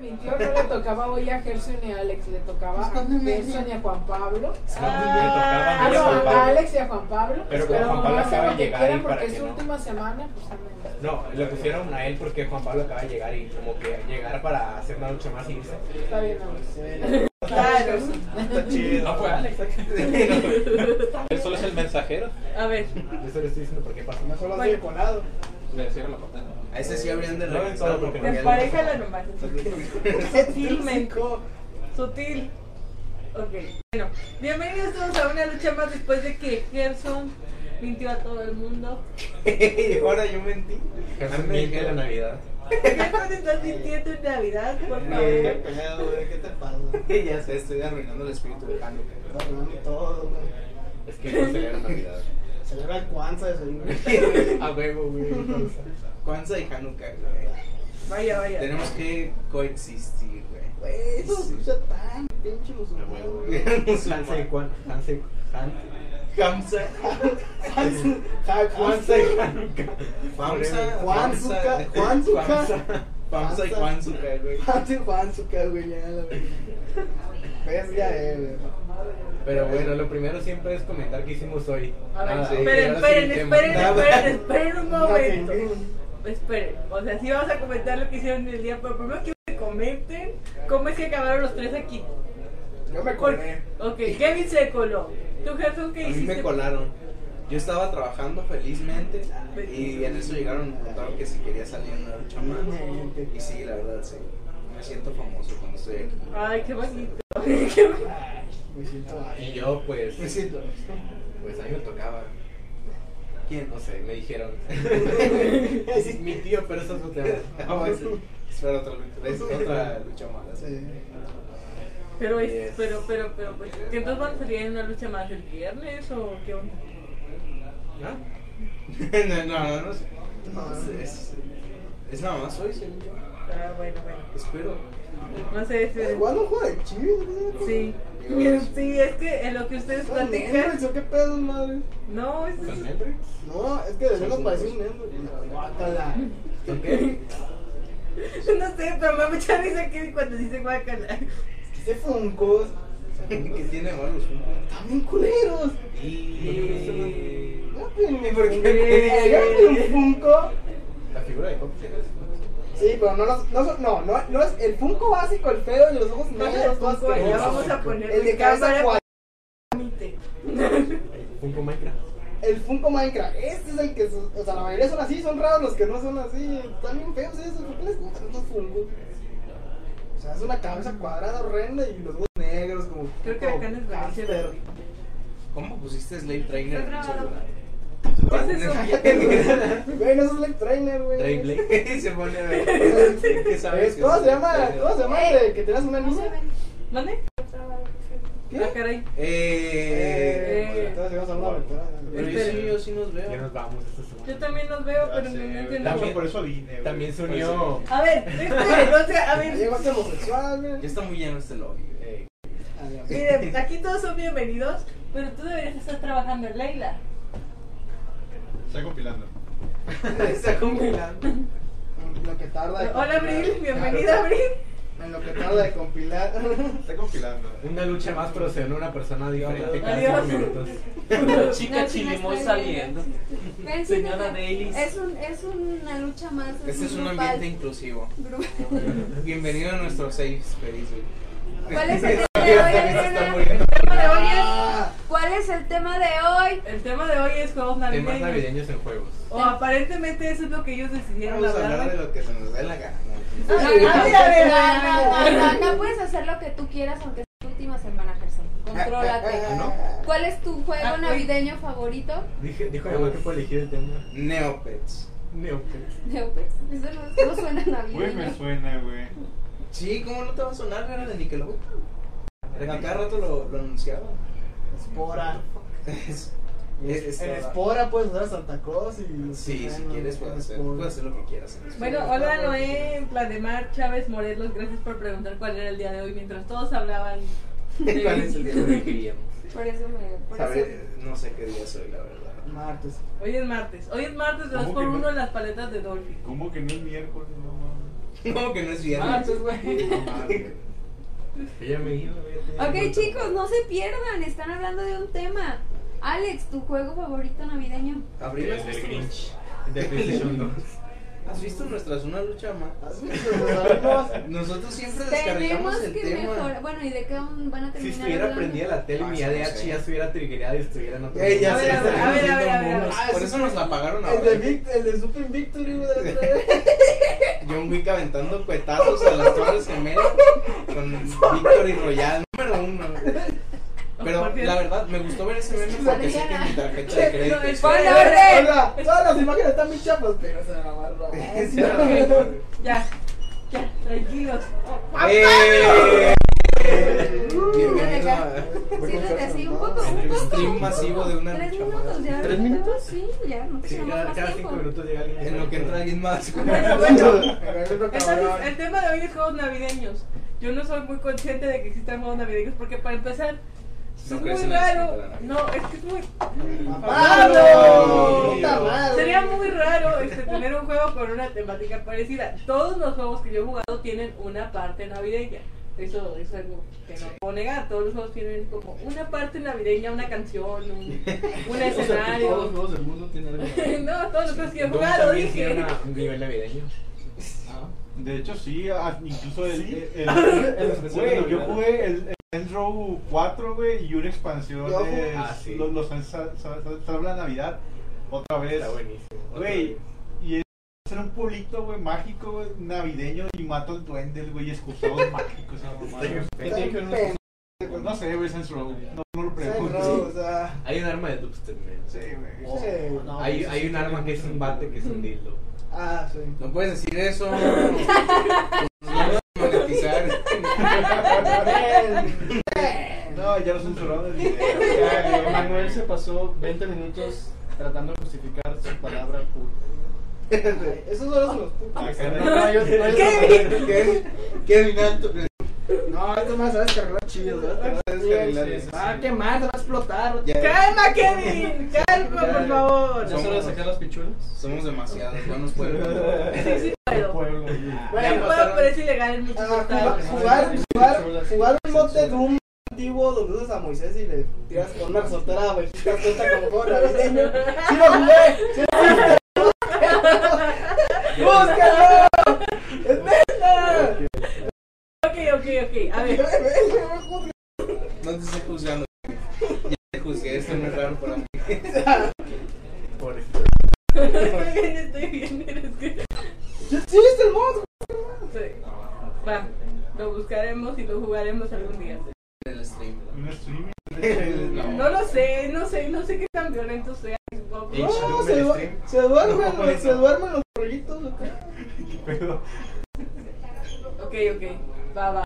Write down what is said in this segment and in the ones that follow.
mintió, no le tocaba hoy a Gerson ni a Alex, le tocaba Pues, a ¿cuándo me Gerson y a Juan Pablo. Ah, Ah, y a no, Juan Pablo. a Alex y a Juan Pablo. pues, Pero Pero, como Juan Pablo no hacen acaba lo de que llegar quieran ahí para porque es que su no. última semana, pues también. No, le pusieron a él porque Juan Pablo acaba de llegar y como que llegar para hacer una lucha más y irse. Está bien, Alex. Claro. Está chido. No fue Alex. Él solo es el mensajero. A ver. Yo solo estoy diciendo por qué pasó. No solo de colado. Le cierra la puerta. ¿no? A ese sí habrían de No, revisar no, porque no. Despareja la nomás. Sutilmente. Sutil. Ok. Bueno, bienvenidos todos a una lucha más después de que Gerson mintió a todo el mundo. Y ahora yo mentí. Casi me dije la Navidad. Gerson estás mintiendo en Navidad, por Eh, favor. ¿Qué te pasa? Ya sé, estoy arruinando el espíritu de Hanukkah. Estás arruinando todo, güey. Es que no celebra Navidad. Celebra el Kwanzaa de seguro. A huevo, güey. entonces. Kwanzaa y Hanukkah, güey. Vaya, vaya. Tenemos que coexistir, güey. Güey, eso se escucha tan pinche Ah, musulmán, güey. Hansa y Juan. Hansa y Han- Hamza. Ja- Juanza y Hanukkah. Juanza. Juanzuca, Juanza. Juanzuca. Hamza y Juanzuka, güey. Juanza y Juanzuca, güey, ya la verga. Ves, ya, eh, güey. Pero bueno, lo primero siempre es comentar qué hicimos hoy. A ver, Ah, sí, esperen, ahora sí, esperen, tema. esperen, Nada. esperen, esperen un momento. Nothing. Esperen, o sea, sí vamos a comentar lo que hicieron el día, pero primero quiero que comenten cómo es que acabaron los tres aquí. Yo me Por- colé. Ok, Kevin se coló. ¿Tú, Gerson, qué A mí hiciste? me colaron. Yo estaba trabajando felizmente y en eso llegaron y me preguntaron que si quería salir en una lucha más. Y sí, la verdad, sí. Me siento famoso cuando estoy aquí. Ay, qué bonito. Qué bonito. Me siento Y ahí. yo, pues, Me siento. pues a mí me tocaba. ¿Quién? No sé, me dijeron. Sí. Mi tío, pero eso es otro tema. No, es- Ah, espera otra lucha. Es otra lucha mala. sí. Sí. Pero, es- Yes. pero, pero, pero, pues, ¿que entonces van a salir en una lucha más el viernes o qué onda? ¿Ah? no, no, no, sé. No, Es, es, es nada más hoy, según yo. Ah, bueno, bueno. Espero. No sé si... Igual no juega de chivas, güey. Sí. Dios. Sí, es que en lo que ustedes Son Hendrix, platican... ¿o ¿Qué pedo, madre? No, es... ¿Con Hendrix? No, es que de verdad parecía un Hendrix. Guácala. ¿Con qué? No sé, pero me echa risa que cuando dice Eh, guacala. Se funcos. que tiene malos También culeros. Y. No, pues, ni por qué. Sí. Yo vi eh, un Funko. La figura de Coppel. Sí, pero no, los- no, son- no, no, no es el Funko básico, el feo, el de los ojos negros, todo Tampoco, asqueroso. ya vamos a poner El de cabeza cuadrada. Funko Minecraft. El Funko Minecraft, este es el que, son- o sea, la mayoría son así, son raros los que no son así, están bien feos esos, ¿por qué les gustan estos Funkos? O sea, es una cabeza cuadrada horrenda y los ojos negros como... Creo que como acá les conoce cáncer. Barry. ¿Cómo pusiste Slave Trainer en el celular? Güey, no es Slave Trainer, güey. Train Blade. Y se pone a ver. ¿Qué sabes? Es- ¿Cómo se llama? ¿Cómo se llama? el de Que tenías una niña. ¿Dónde? Ah, ¿Qué? caray. Eh, Eh. entonces íbamos a una aventura. Pero yo sí, yo sí nos Ya veo. nos vamos esta semana. Yo también los veo, pero no entiendo. También- por por eso vine. También se unió. A ver, esperen, o sea, a Ya ver, Llegó este homosexual, güey. Ya está muy lleno este lobby. güey. eh, Adiós. miren, aquí todos son bienvenidos, pero tú deberías estar trabajando en Leila. Está compilando. Está compilando. En lo que tarda de Hola compilar. Abril, bienvenida Abril. En lo que tarda de compilar. Está compilando. Una lucha más, pero se unió una persona diferente cada Adiós. cinco minutos. Una chica chilimoy saliendo. Señora Dailies. Es, un, es una lucha más. Este es un grupal. ambiente inclusivo. Gru- Bienvenido a nuestro safe space. güey. ¿Cuál es el tema de hoy, Adriana? ¿El tema de hoy Ah. es- ¿Cuál es el tema de hoy? El tema de hoy es juegos Temas navideños. navideños en juegos. O aparentemente eso es lo que ellos decidieron Vamos a hablar de hablar. lo que se nos dé la gana. No, Ay, no, ay, ay, no, ay, no, ay. no, no puedes hacer lo que tú quieras aunque sea tu última semana, Gerson. Contrólate. Ah, ¿Cuál es tu Ah, juego sí. navideño favorito? Dije, dijo además que puedo elegir el tema. Neopets. Neopets. No, pues, Eso no, no suena Güey, me navideño. suena, güey. Sí, ¿cómo no te va a sonar? Era de Nickelodeon. A cada rato lo, lo anunciaba. Espora. Es- es- En Espora puedes usar a Santa Claus y. Sí, si Bueno, quieres puedes en hacer, Espora. puedes hacer lo que quieras. en Bueno, hola Noé, Plademar, Chávez, Morelos, gracias por preguntar cuál era el día de hoy mientras todos hablaban. de- ¿Cuál es el día de hoy que vivíamos? Por eso me. Por eso. Sabré- no sé qué día soy, la verdad. Martes. Hoy es martes, hoy es martes de ¿Cómo 2 por que no? 1 en las paletas de Dolphy. ¿Cómo que no es miércoles? No mames. No, que no es Ah, viernes. pues, güey. Ella me iba, güey, ya tenía Ok, muerto. chicos, no se pierdan. Están hablando de un tema. Alex, ¿tu juego favorito navideño? Abril El has del visto, Grinch. De PlayStation 2. ¿Has visto nuestras una lucha más? Así que, pues, amigos, Nosotros siempre descargamos Tenemos el que tema. mejorar. Bueno, ¿y de qué van van a terminar Si estuviera hablando? prendida la tele, mi Ah, sí, ADH sí. ya estuviera triggerada y estuviera en otro Ey, ya A mundo. sé, ver, a ver, están a ver, a ver, a ver, Ah, a ver. viendo monos. Por eso nos la pagaron el de, ahora. Vic- el de Super Victory, güey, de la otra vez. John Wick aventando cuetazos a las torres gemelas con Victory Royal número uno. Pero la verdad, me gustó ver ese meme porque sé que mi tarjeta de crédito. No, el es- padre- Oiga, todas las imágenes están bien chapas, pero se la amarró. Ya, ya, tranquilos. ¡Eh! Desde acá. Voy con Sí, desde Carlos, así, un ¿no? poco, un El poco. stream masivo de una Tres lucha minutos más. ya. ¿Tres ¿no? minutos? Sí, ya, no Sí, tenemos cada, más cada tiempo. cinco minutos llega alguien. En lo que entra alguien más. Bueno, bueno. Entonces, el Entonces, tema de hoy es juegos navideños. Yo no soy muy consciente de que existan juegos navideños porque para empezar No es crees muy en el raro. espíritu de la No, es que es muy ¡Pablo! ¡Puta madre! sería muy raro este, tener un juego con una temática parecida. Todos los juegos que yo he jugado tienen una parte navideña. Eso es algo que no puedo negar. Todos los juegos tienen como una parte navideña, una canción, un, un Todos los escenario. juegos del mundo tienen algo. No, todos los juegos que yo he Doom jugado, también dije. tiene una- un nivel navideño. Ah. De hecho, sí, ah, incluso el. el- El el- especial Güey, de yo Navidad. jugué el. el Row 4, güey, y una expansión Yo de jugué- Ah, sí. los, los Sa- Sa- Sa- Sabla Navidad, otra vez. Está buenísimo. Otra Güey, vez. y es ser un pueblito, güey, mágico, güey, navideño, y mato al duende, el güey, y excursión mágico, esa mamada. Pues no sé, güey, Saints Row, no, no lo preguntes. O sea, Hay un arma de dubstep, man. Sí, güey. sí. Hay, hay un arma que es un bate, que es un dildo. Ah, sí. No puedes decir eso. Nos van a monetizar. No, ya lo censuraron el video. Ya, Manuel Manuel se se pasó 20 minutos tratando de justificar su palabra Esos son los- los putos. pública. Kevin Alto. No, esto más sabes cargar chido, ¿verdad? Ah, qué más, te va a explotar. ¡Calma, Kevin! ¡Calma, por favor! Ya. solo sacar las pichulas? Somos demasiados, no nos pueden. Sí, sí puedo. Pueblo, güey. Sí puedo, pero es ilegal en muchos Ah, jugar, estados. jugar, jugar, jugar un mote Doom antiguo donde usas a Moisés y le tiras con una soltera güey, y te das cuenta como juego navideño. ¡Sí lo jugué! ¡Sí lo jugué! ¡Búscalo! ¡Es neta! Ok, ok, ok. A ver. No te estoy juzgando. Ya te juzgué, esto no es raro para mí. Pobrecito. Estoy bien, estoy bien. Es que. ¡Sí viste el mod! sí. Va, lo buscaremos y lo jugaremos algún día. En el stream. Un streaming. No lo sé, no sé, no sé qué tan violento sea. supongo. Y- ¡No! Se, du- se duermen, No, los- eso. se duermen los rollitos. loco. Pero, Ok, ok. Va, va.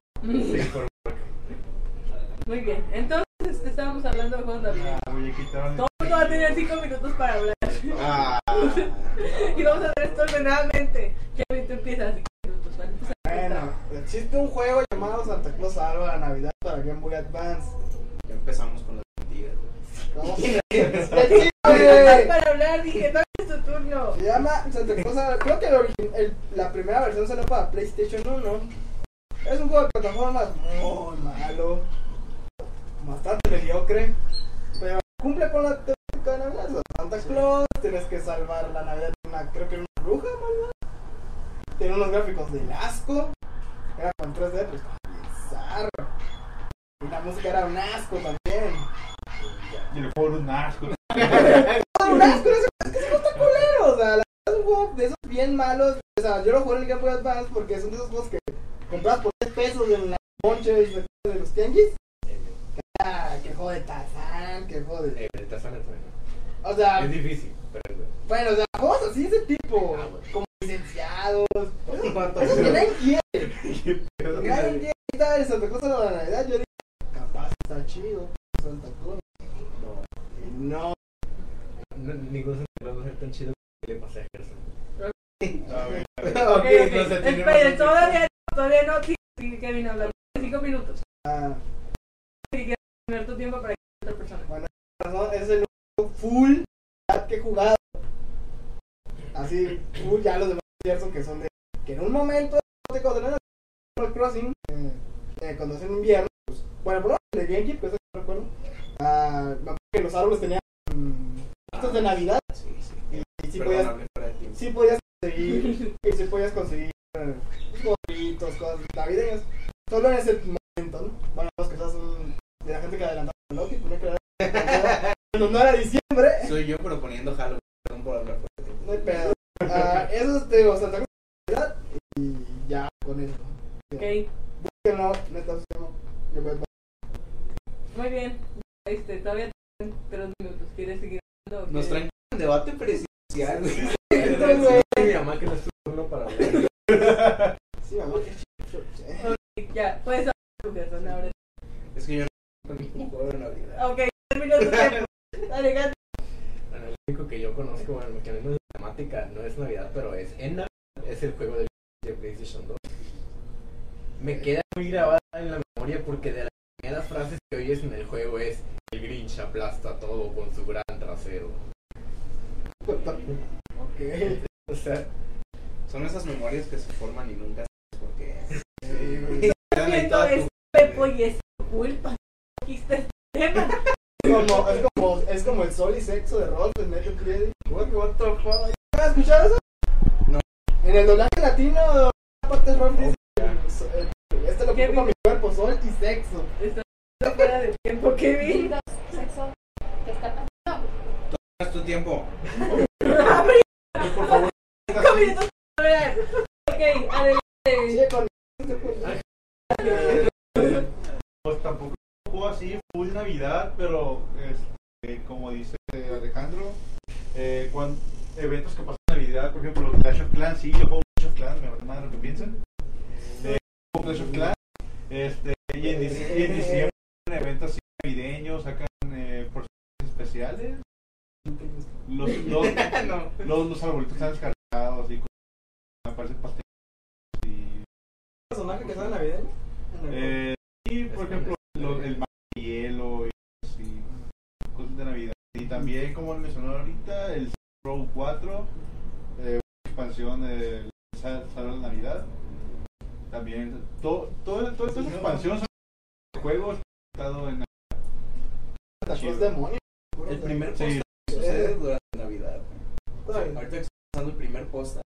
Muy bien. Entonces, este, estábamos hablando de juegos navideños. oye, quitaron Todo el mundo va a tener 5 minutos para hablar. Ah, Y vamos a hacer esto ordenadamente. Kevin, tú empiezas. cinco minutos, ¿vale? Empieza. Bueno, existe un juego llamado Santa Claus Salva la Navidad para Game Boy Advance. ya empezamos con las mentiras. Vamos. ¡Existe! güey. Para hablar, dije, no es tu turno. Se llama Santa Claus. Creo que el origi- el- la primera versión salió para PlayStation 1. Es un juego de plataformas muy malo. Bastante mediocre. Pero cumple con la temática de Navidad. o sea, Santa Claus, tienes que salvar la Navidad de una, creo que era una bruja, ¿no? Tiene unos gráficos de asco. Era con 3D, pues bizarro. Y la música era un asco también. y el juego era un asco. un asco, no sé, es que sí no está culero, o sea, la verdad es un juego de esos bien malos, o sea, yo lo jugué en el Game Boy Advance porque son de esos juegos que compras por 10 pesos en la ponche de de los tianguis. Ah, que juego de Tazán, que juego de... Eh, el Tarzán es bueno. O sea, Es Ah, difícil, pero es bueno. bueno, o sea, juegos así de ese tipo, como licenciados, esos, esos que nadie quiere. Nadie quiere quitar el Santa Claus a la Navidad, yo dije, capaz está chido, Santa Claus. No, no. No, ningún sentido va a ser tan chido que le pase a Gerson. Ok, ok. Esperen, todavía no, todavía no. Sí, sí, Kevin, hablando. 5 minutos. Ah, tener tu tiempo para que otra persona. razón, es el único full que he jugado. Así, full ya los demás cierto que son de que en un momento te cuando era Animal Crossing, eh, eh, cuando es en invierno, pues, bueno, por lo menos el de GameCube, pues, no recuerdo, ah, me acuerdo que los árboles tenían estos de Navidad Sí, sí. y sí podías, Perdóname fuera de tiempo. sí podías conseguir, y sí podías conseguir eh, gorritos, cosas navideñas. Solo en ese momento, ¿no? Bueno, las cosas son de la gente que adelantaba el Loki, pues, no era- Cuando no era diciembre, Soy yo proponiendo Halloween. Perdón por hablar fuera de tiempo. no hay pedo. Ah, eso es de los atajos de Navidad y ya con eso. Ok, Que no, neta, sí, no. Yo me- muy bien. Este, todavía tienen tres minutos. ¿Quieres seguir hablando? o Nos quieres- traen un debate presidencial. güey. Mi mamá que no es turno para hablar. Sí, mamá. Ya, puedes hablar tu persona ahora. Es que yo no conozco ningún juego de Navidad. Ok, terminó tu tiempo. Dale, gato. Bueno, el único que yo conozco, bueno, el mecanismo de temática no es Navidad, pero es en Navidad, es el juego de, de PlayStation 2. Me queda muy grabada en la memoria porque de las primeras frases que oyes en el juego es el Grinch aplasta todo con su gran trasero. Ok. O sea, Son esas memorias que se forman y nunca porque... Sí, güey. Quedan ahí Viendo todas es Pepo y es tu culpa. Quiste este tema. Es como, es como, es como el sol y sexo de pues, Rolf en Metal Gear. What, what the fuck? ¿Has escuchado eso? No. En el doblaje latino, aparte Rolf dice, so- eh, este lo ¿Qué ocupa dice? mi cuerpo, sol y sexo. Está fuera de tiempo, Kevin. Sexo. ¿Qué está pasando? Es tu tiempo. Abre. Cinco minutos. a ver. Ok, adelante. Sigue con- Pues tampoco juego así full Navidad, pero este, como dice Alejandro, eh, cuan- eventos que pasan en Navidad, por ejemplo, Clash of Clans, sí, yo juego Clash of Clans, me vale más lo que piensen. Eh, juego Clash of Clans, este, y en, dic- y en diciembre hacen eventos así navideños, sacan eh, porciones especiales. Los, los, los, los arbolitos están descargados y con- aparecen pasteles y personaje que sale en Navidad? eh, y por ejemplo, lo- el mar de hielo y así, cosas de Navidad. Y también, como lo mencionó ahorita, el Row 4, eh, expansión del Sal- Salón de Navidad. También, todo, todo, toda esta expansión son juegos que han estado en Los demonios. El primer post Sí, sucede durante Navidad. Está bien. Ahorita que estoy pasando el primer post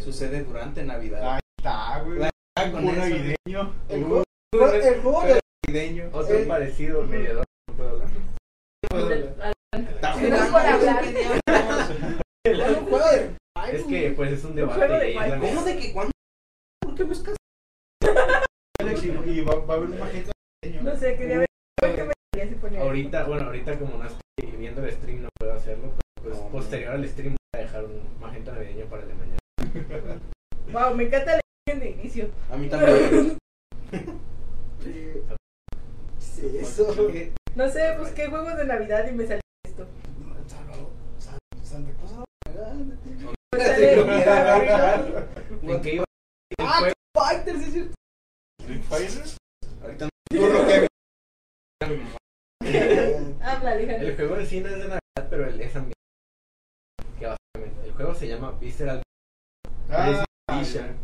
sucede durante Navidad. Ah. Ahí está, Ah, güey. La- Un navideño. Uh, El juego- el juego de navideño. Otro Pues, Eh. parecido, mediador. No puedo hablar. Está Gracias por hablar. Bueno, un juego de- Ay, Es que, pues, es un juego de debate. y es la cuatro. ¿Cómo de que cuándo? ¿Por qué buscas? Alex, y- y va, va a haber un paquete navideño. No sé, quería ver. creo que me- ya se ponía. Ahorita, bueno, ahorita como no estoy viendo el stream no puedo hacerlo, pero pues posterior al stream voy a dejar un magenta navideño para el de mañana. Wow, me encanta la imagen de inicio. A mí también. ¿Qué es eso? No sé, busqué juegos de Navidad y me salió esto. Santa- Santa Claus, no, cagada, tío. Me sale- ¿En qué iba? El Ah, juego- Fighters, sí, es cierto. Street Fighter. Ahorita no. Tú lo que Habla, Alejandro. El juego en sí no es de Navidad, pero el es ambiente. Que básicamente, el juego se llama Visceral Ah, Vision.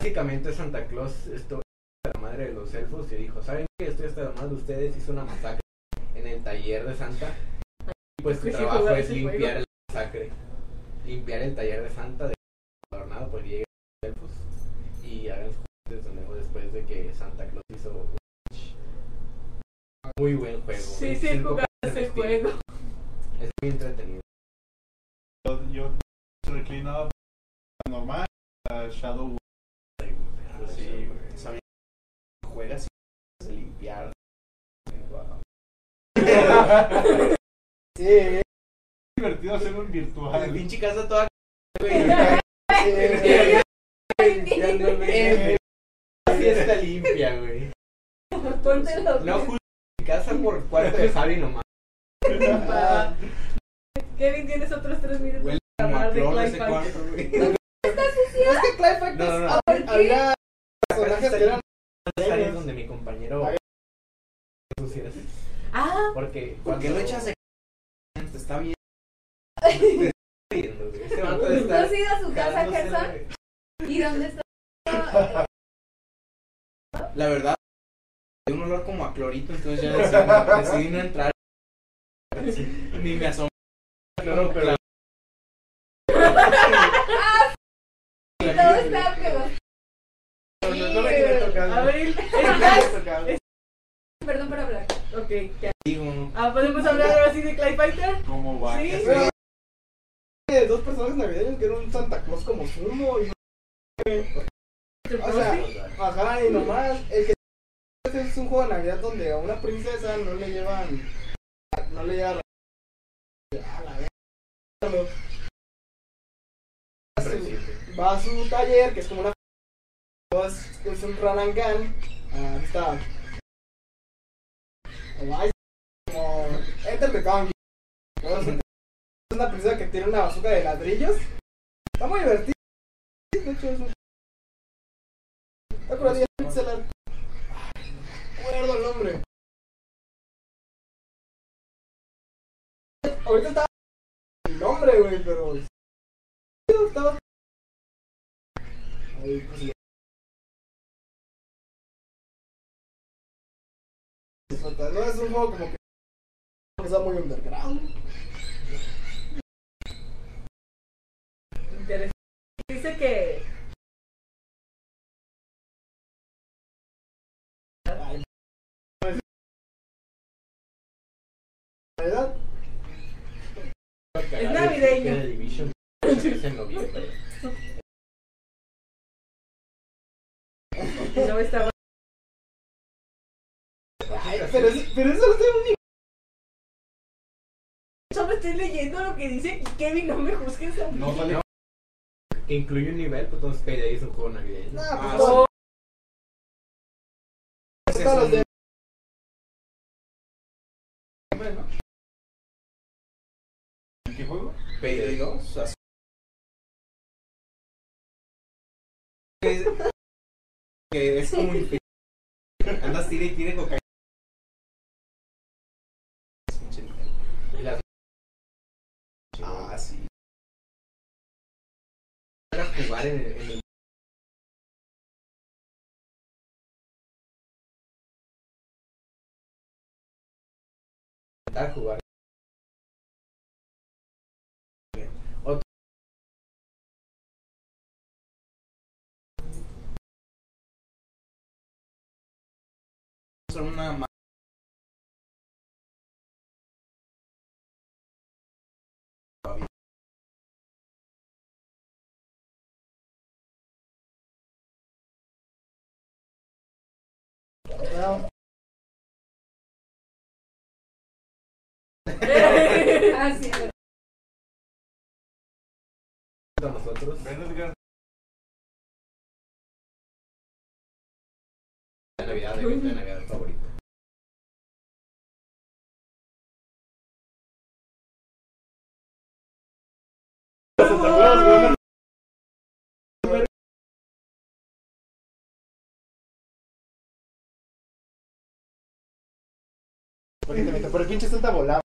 Básicamente Santa Claus esto hasta la madre de los elfos y dijo, ¿saben qué? Estoy hasta la madre de ustedes, hizo una masacre en el taller de Santa. Y pues tu Pues sí, trabajo jugaba es ese limpiar juego. el masacre. Limpiar el taller de Santa de adornado, pues llegan los elfos y hagan sus juguetes de nuevo después de que Santa Claus hizo un muy buen juego. Sí, sí, 25 jugaba pesos en ese Steam. juego. Es muy entretenido. yo, yo se reclinaba normal a Shadow Sí, güey. Sabía que juegas y vas a limpiar. Wow. Sí, divertido hacerlo en La virtual. pinche casa toda. sí. Limpiándome. Fiesta limpia, güey. Póntelo. No justo mi casa por cuarto de Javi nomás. Ah. Kevin, tienes otros tres minutos Huele para Como a hablar de cloro Clive ese Barker. cuarto, güey. Es que Clive Factor No, no, no. había- había personajes que eran Esta es donde mi compañero. A ver. Ah, Porque ¿Por qué cuando- lo echas de Te está bien. Este vato ¿Tú está Este has ido a su casa, jalándose la- Gerson? ¿Y dónde está? La verdad, de un olor como a clorito, entonces ya decidí, decidí no entrar. Ni me asomé. Claro, pero Y todo está pegostoso. no, no la quería tocar. A ver, No la quería tocar. Perdón por hablar. ok, ya. Digo, Ah, podemos hablar ahora sí de Clay Fighter. ¿Cómo va? Sí. Pero, eh, dos personajes navideños que eran un Santa Claus como sumo y o sea, ajá, y nomás el que este es un juego de Navidad donde a una princesa no le llevan no le llevan a la verga, no. Va a su- va a su taller que es como una es es un ranangán ah, está o va y- como este pecado es una princesa que tiene una bazooka de ladrillos está muy divertido de hecho es un Acuerdo, ya, pixelar. Acuerdo el nombre. Ahorita estaba el nombre, güey, pero. Estaba. Ay, pues ya. Disfruta, No es un juego como que. que Está muy underground. Interesante. Dice que. ¿Verdad? Es navideño. The Division es en noviembre. que No estaba. Pero, es- pero eso no tiene un Solo estoy leyendo lo que dice Kevin, no me juzgues a mí. No sale. Que incluye un nivel, pues entonces Payday es un juego navideño. Nah, pues, Ah, todo- No, sí, todos los es un- de- ¿En qué juego? Payday 2. así. Es- Que es como un Andas tira y tira cocaína. Y las. Ah, sí. Para jugar en el. en el- Intentar jugar. Son una ma- Bueno, Así es. a nosotros. Ven, Edgar. de Navidad, evento de Navidad favorito. Prácticamente, pero el pinche Santa volaba.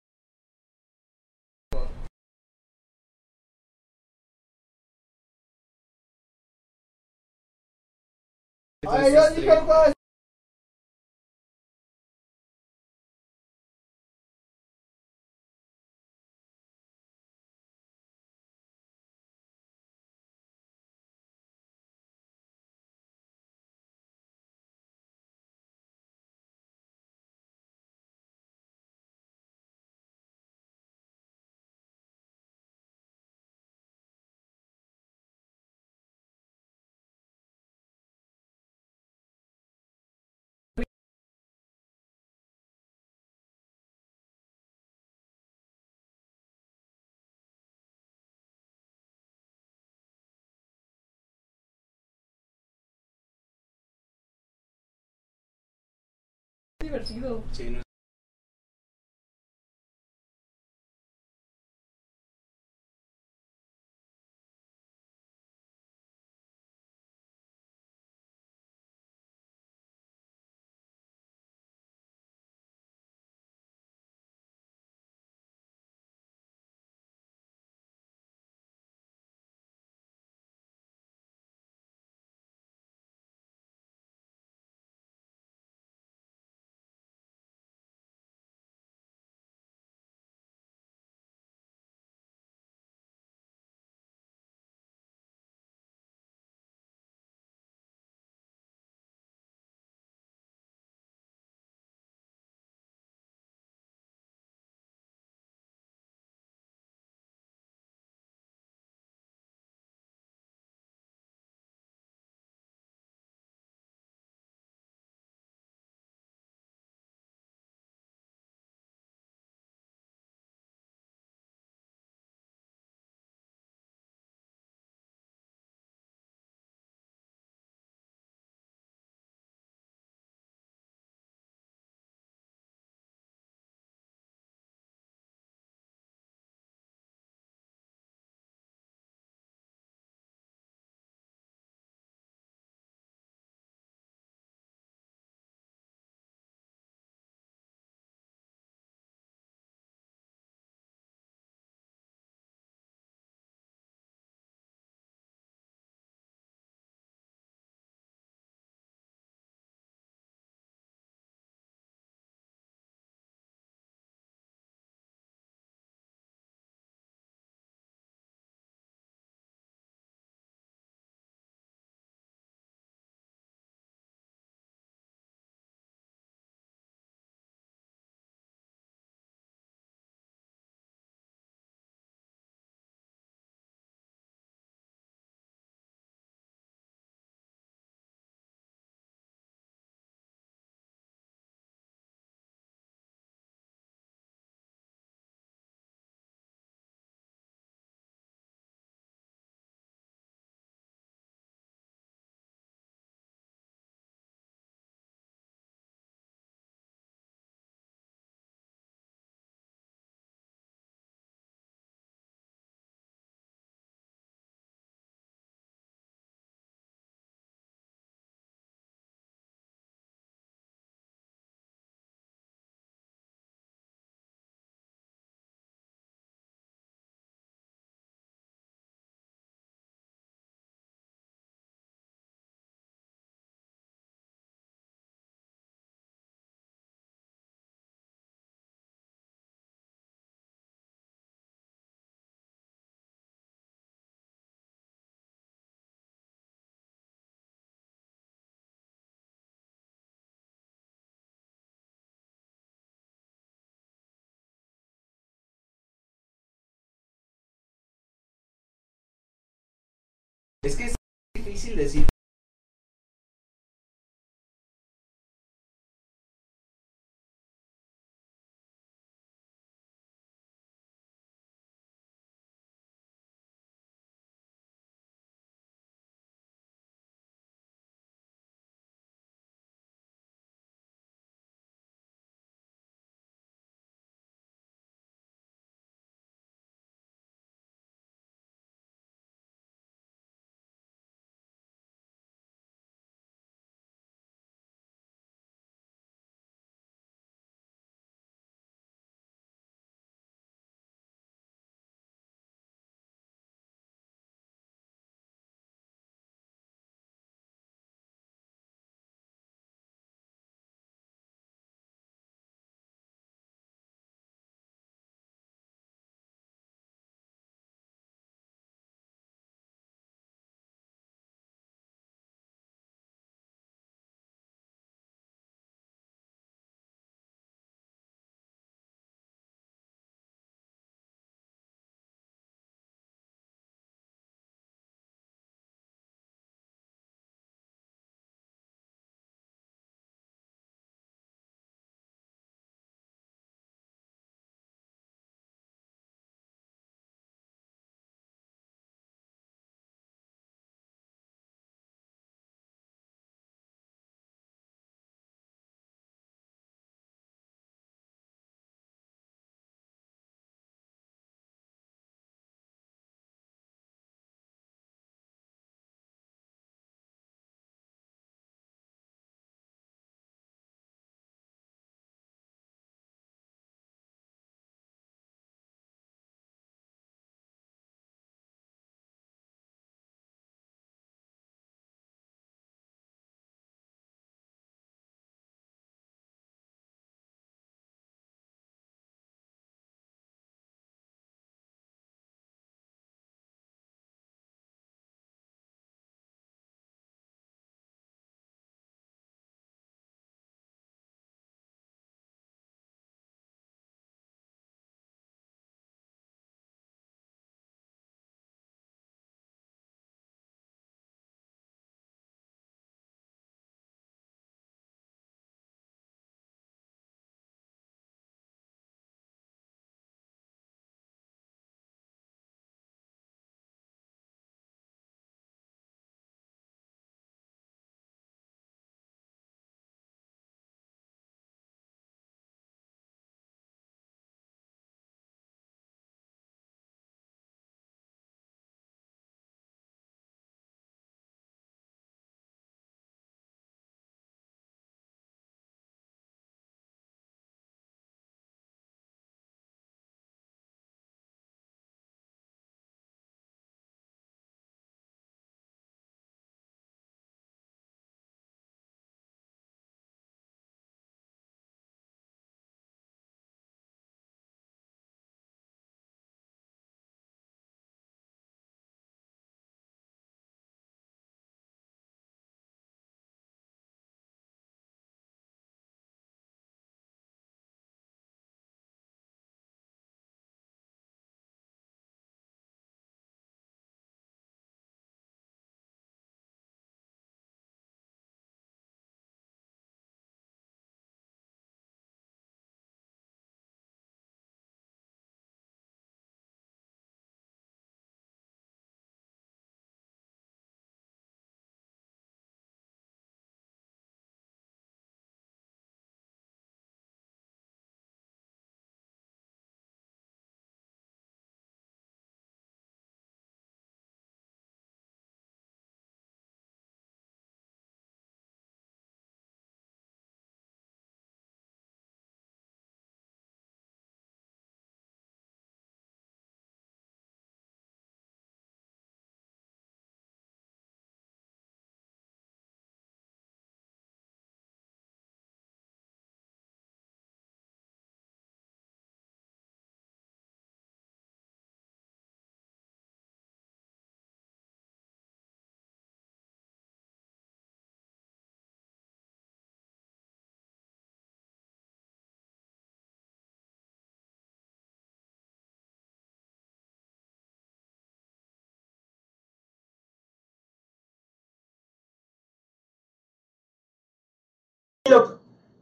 Ay, yo dije "Pues, el juego de- divertido. Sí, no es- Es que es difícil decir.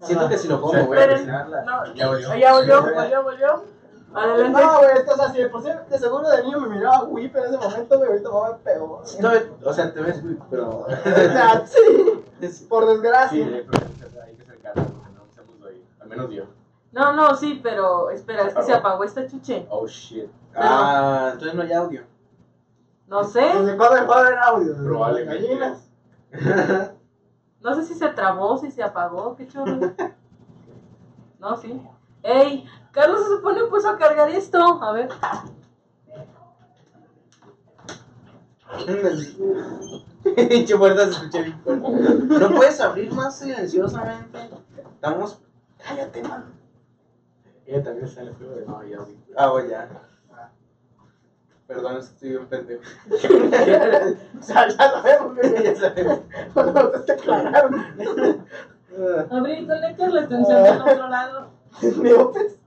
Siento que si lo pongo, voy a Esperen. retirarla. No, Ya volvió. Ya volvió, volvió, volvió. Adelante. No, güey, esto es así. Por cierto, de seguro de niño me miraba Whip en ese momento, güey. Ahorita me va a ver peor. No, o sea, te ves, güey, pero. O sea, sí. Es- Por Sí, desgracia. eh, pero o sea, hay que acercarlo porque no estamos ahí. Al menos yo. No, no, sí, pero espera, es que se apagó esta chuche. Oh shit. Ah, entonces no hay audio. No sé, ¿Desde cuándo dejó de haber audio? ¿Desde Probablemente. las gallinas? no sé si se trabó, si se apagó, qué chorro. No, sí. ¡Ey! Carlos se supone puso a cargar esto. A ver. Pinche puerta se escucha bien fuerte. No puedes abrir más silenciosamente. Estamos. Cállate, man. Ella Eh, también sale fuego de no, ya. sí. Ah, bueno, ya. Perdón, estoy bien pendejo. O sea, ya sabemos que ya sabes. cuando nos desclararon. Abrí con la Carla atención del otro lado. ¿Miopes?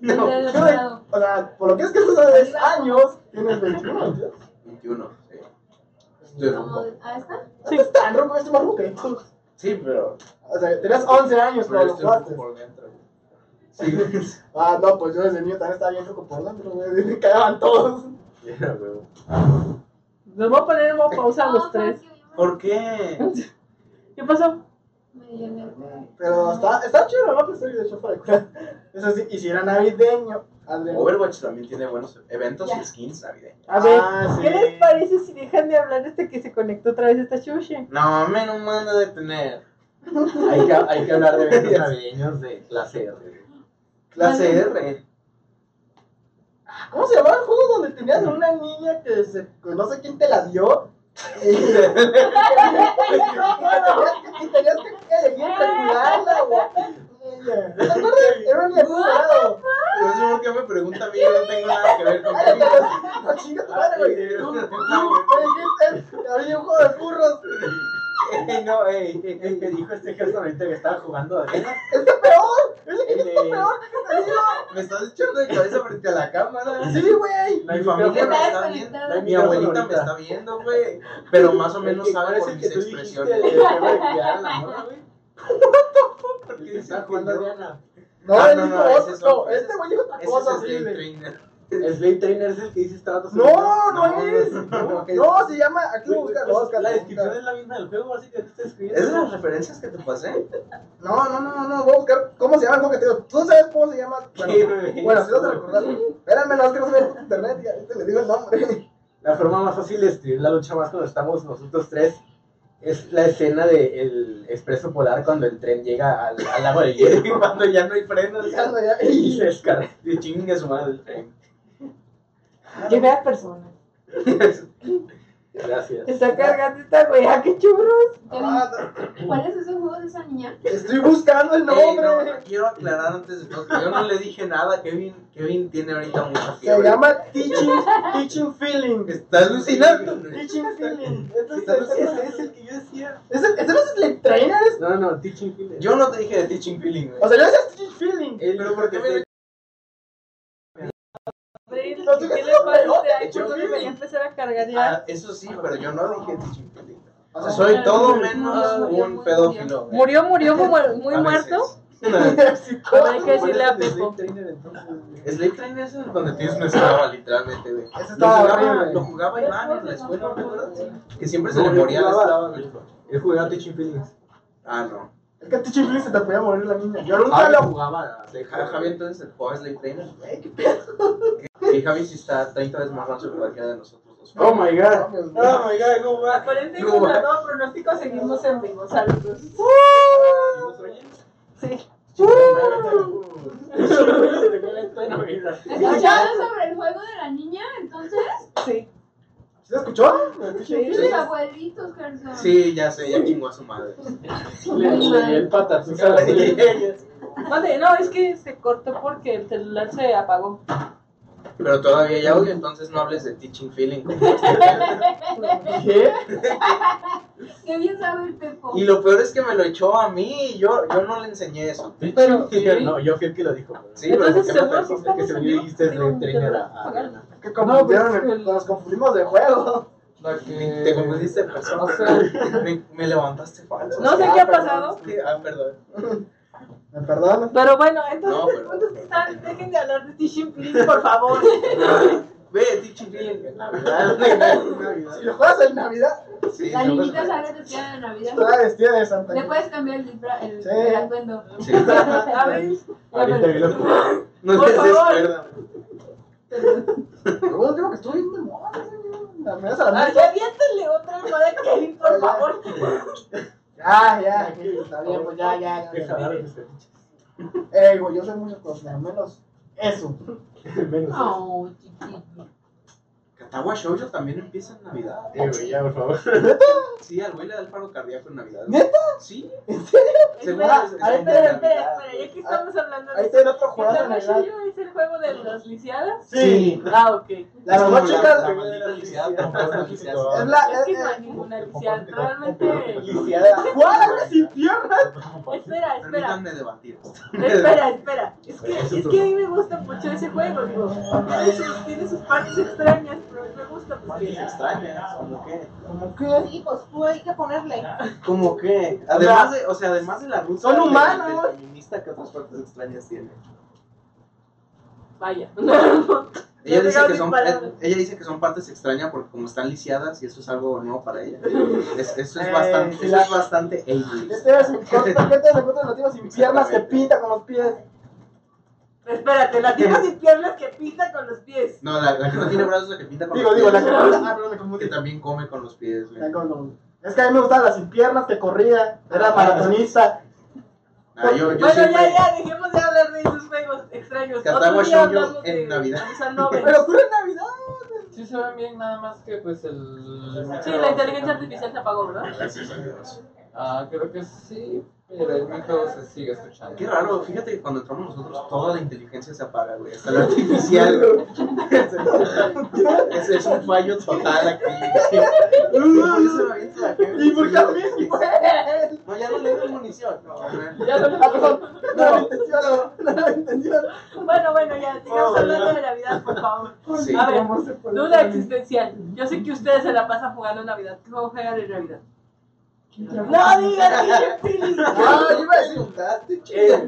No. Del otro lado. O sea, por lo que es que tú sabes años, tienes 21. ¿sí? 21, sí. Estoy Como, rojo. ¿ah, está? Sí. No es tan rojo, es más roquito. Sí, pero. O sea, tenías 11 años pero cuando lo estoy rojo jugaste. por dentro. güey. Sí, Ah, no, pues yo desde niño también estaba bien rojo por dentro, güey. Me cagaban todos. güey. Ya, güey. Nos voy a poner en modo pausa a No, los tres. ¿sabes qué? ¿Por qué? ¿Qué pasó? Me llené. Pero está, está chido, ¿no? Pues estoy de hecho fuera de cura. Eso sí, y si era navideño. hazle- Overwatch también tiene buenos eventos y skins navideños. A ver, Ah, ¿qué sí. les parece si dejan de hablar hasta que se conectó otra vez esta chuche? No, me no manda de tener. Hay que, hay que hablar de eventos navideños de clase R. Clase R. ¿Cómo se llamaba el juego donde tenías a Mm. una niña que se, que no sé quién te la dio? Y y tenías que, y tenías que elegir entre cuidarla o. ¿Te acuerdas? Era un descuidado. No sé por qué me pregunta a mí, yo no tengo nada que ver con Ay, eso. pero- no, chinga tu madre, güey. Tú- tú dijiste, "Abrí un juego de furros. Ey, no, ey, ey, ey, que dijo este gesto ahorita que estaba jugando de arena. ¡Está peor! ¡Es que El está de- peor que te digo! Me estás echando de cabeza frente a la cámara. ¡Sí, güey! Mi familia me está desconectada. viendo, mi abuelita me está viendo, güey. Pero más o menos sabe por mis expresiones. de de cuidar a la morra, güey. Porque que dice está que jugando yo- Diana. No, Ah, él no, dijo no, ese otro. es No, otro, ese este güey dijo otra Ese cosa es el horrible. Slave Trainer. El Slave Trainer es el que dice estaba No, no es. No, se llama. Aquí lo buscan. lo buscan, La lo descripción buscan. es la misma del juego, así que tú te escribes. ¿Es de las referencias que te pasé? No, no, no, no. Voy a buscar cómo se llama el juego que te digo. Tú no sabes cómo se llama. Qué Bueno, bebé. bueno si no te recordás. Espérame, no, es que no se ve por internet. Ya ahorita le digo el nombre. La forma más fácil de escribir la lucha más cuando estamos nosotros tres es la escena del expreso polar cuando el tren llega al, al lago de hielo y cuando ya no hay frenos Ya no, ya. y se escarga y chingue su madre el tren. Que veas personas. Gracias. Está cargando esta wea, qué churros. Ah, ¿Cuál es ese juego de esa niña? Estoy buscando el Ey, no, nombre. quiero aclarar antes de todo que yo no le dije nada. Kevin, Kevin tiene ahorita mucha Se fiebre. llama Teaching, teaching Feeling. Está alucinando. Teaching Feeling. Está alucinando. Ese Ese es el que yo decía. ese no es el trainer. es- No, no, teaching feeling. Yo no te dije de teaching feeling, güey. O sea, yo decía Teaching Feeling. pero porque me... ¿Qué le No, tú que estás pasa? peor, Este yo año vi. debería empezar a cargar ya. Ah, eso sí, pero yo no dije teaching feeling. O O sea, sea, soy todo Ah, menos murió, un murió. pedófilo. güey. Murió, murió muy, mu- muy A veces. muerto. Habrá Habrá que decirle a Pepo. Pepo. Slave Train es el donde tienes una esclava, literalmente, güey. Eso Lo estaba jugaba, horrible. lo jugaba Iván en la escuela, ¿no te acuerdas? Que siempre se No, le yo moría la jugaba- esclava. güey. Él jugaba teaching feelings. Ah, no. Es que a Teaching Feeling se te podía morir la niña. Yo nunca Ah, lo yo jugaba. De Ja- Javi entonces el juego Slave Trainer. Ey, qué pedo. Y Javi sí está 30 veces más rancho que cualquiera de nosotros dos. Oh my god. Oh my god, ¿cómo va? Aparentemente, No, con va. todo pronóstico, seguimos en vivo. Saludos. Sí. ¿Escucharon sobre el juego de la niña? Entonces, Sí. ¿Se escuchó? Teaching mis Feeling. abuelitos, Gerson. Sí, ya sé, ya chingó a su madre. Le le di el patatús a la Pero Mande, no, es que se cortó porque el celular se apagó. todavía hay audio, entonces no hables de teaching feeling. este. ¿Qué? Qué bien sabe el Pepo. Y lo peor es que me lo echó a mí y yo, yo no le enseñé eso. Pero, No, yo fui el que lo dijo. güey. Sí, pero Entonces, ¿por qué no seguro sí te acuerdas? Que estamos se en me vivo. dijiste Digo, Slave Trainer a- te lo- a. Es que confundieron, No, pues, el- nos confundimos de juego. Te confundiste de persona. Me, me levantaste falso. No sé Ah, qué ha perdón. pasado. Sí, Ah, perdón. ¿Me perdonas? Pero bueno, entonces, No, pero- ¿cuántos están? dejen de hablar de Teaching Please, por favor. Ve, Teaching Green en Navidad. en Navidad. Si lo juegas en Navidad, Sí, La no, niñita pues, sale vestida de Navidad. está vestida de Santa Le Claus. puedes cambiar el, disfra- el, Sí. el atuendo. Sí. A ver, Ahorita vi los- No Por se favor. descuerda. Yo digo que estoy bien de moda, señor. La me vas a la ay, aviéntale otra moda Kevin, Ah, por favor. Ya, ya, está bien, pues ya, ya. ya, Deja ya. hablar, este, Eh, güey, yo sé muchas cosas, al menos eso. menos. No, chiquito. Catagua Shoujo también empieza en Navidad. Eh, güey, ya, por favor. Sí, al güey le da el paro cardíaco en Navidad. ¿Neta? Sí. Según Espera, es- es espera, en espera, Navidad. espera, ya que estamos hablando Ahí de está el otro ¿El juego de Taco Navidad. Shoujo es el juego de las lisiadas? Sí. Ah, ok. Las Es como dos la- chicas. la maldita lisiada, tampoco es una lisiada. Es la. Es que Es, no hay es, ninguna lisiada, realmente... lisiada. ¿Cuál? Sin piernas. Espera, espera. Permítanme debatir. Espera, espera. Es que, es que a mí me gusta mucho ese juego, digo. Tiene sus, tiene sus partes extrañas, pero a mí me gusta pues, Partes porque. extrañas, como que. ¿Cómo que? Sí, pues tú hay que ponerle. Como que. Además de, o sea, además de la rusa. Son del- humanos. del feminista que otras partes extrañas tiene. Vaya. Ella No dice, digas que son, disparate. eh, ella dice que son partes extrañas porque como están lisiadas y eso es algo nuevo para ella. Es- eso es Eh, bastante, sí, Este- eso la- es bastante ¿Qué ageist. te das en contra? ¿Qué te das en contra de los tíos sin piernas que pinta con los pies? Espérate, la tipa sin piernas que pinta con los pies. No, la, la que no tiene brazos es la que pinta con Digo, los digo, la pies. que. Ah, perdón, me que confundí. también come con los pies. güey. La que- Es que a mí me gustaban las sin piernas que corría. Era maratonista. Ah, yo, yo Bueno, siempre- ya, ya, dejemos de hablar de esos juegos extraños. Catagua Otro día Shoujo hablamos en de Navidad. esa novela. Pero ocurre en Navidad. Sí se ven bien, nada más que pues el... Sí, la inteligencia artificial se apagó, ¿verdad? Gracias a Dios. Ah, creo que sí, pero el micro se sigue escuchando. Qué raro, fíjate que cuando entramos nosotros toda la inteligencia se apaga, güey, hasta la artificial, güey. es, es un fallo total aquí. Uy, se me avienta la gente. ¿Y por qué a mí? No, ya no le doy munición. No, güey. Ya no- Ah, perdón. No era mi intención, no era mi intención. Bueno, bueno, ya, sigamos Oh, hablando de Navidad, por favor. Sí. Ah, A ver, ¿Cómo se puede duda ser? existencial. Yo sé que ustedes se la pasan jugando en Navidad. ¿Qué juego juegan en Navidad? No, No digas que Ah, yo iba a decir un casting, chido.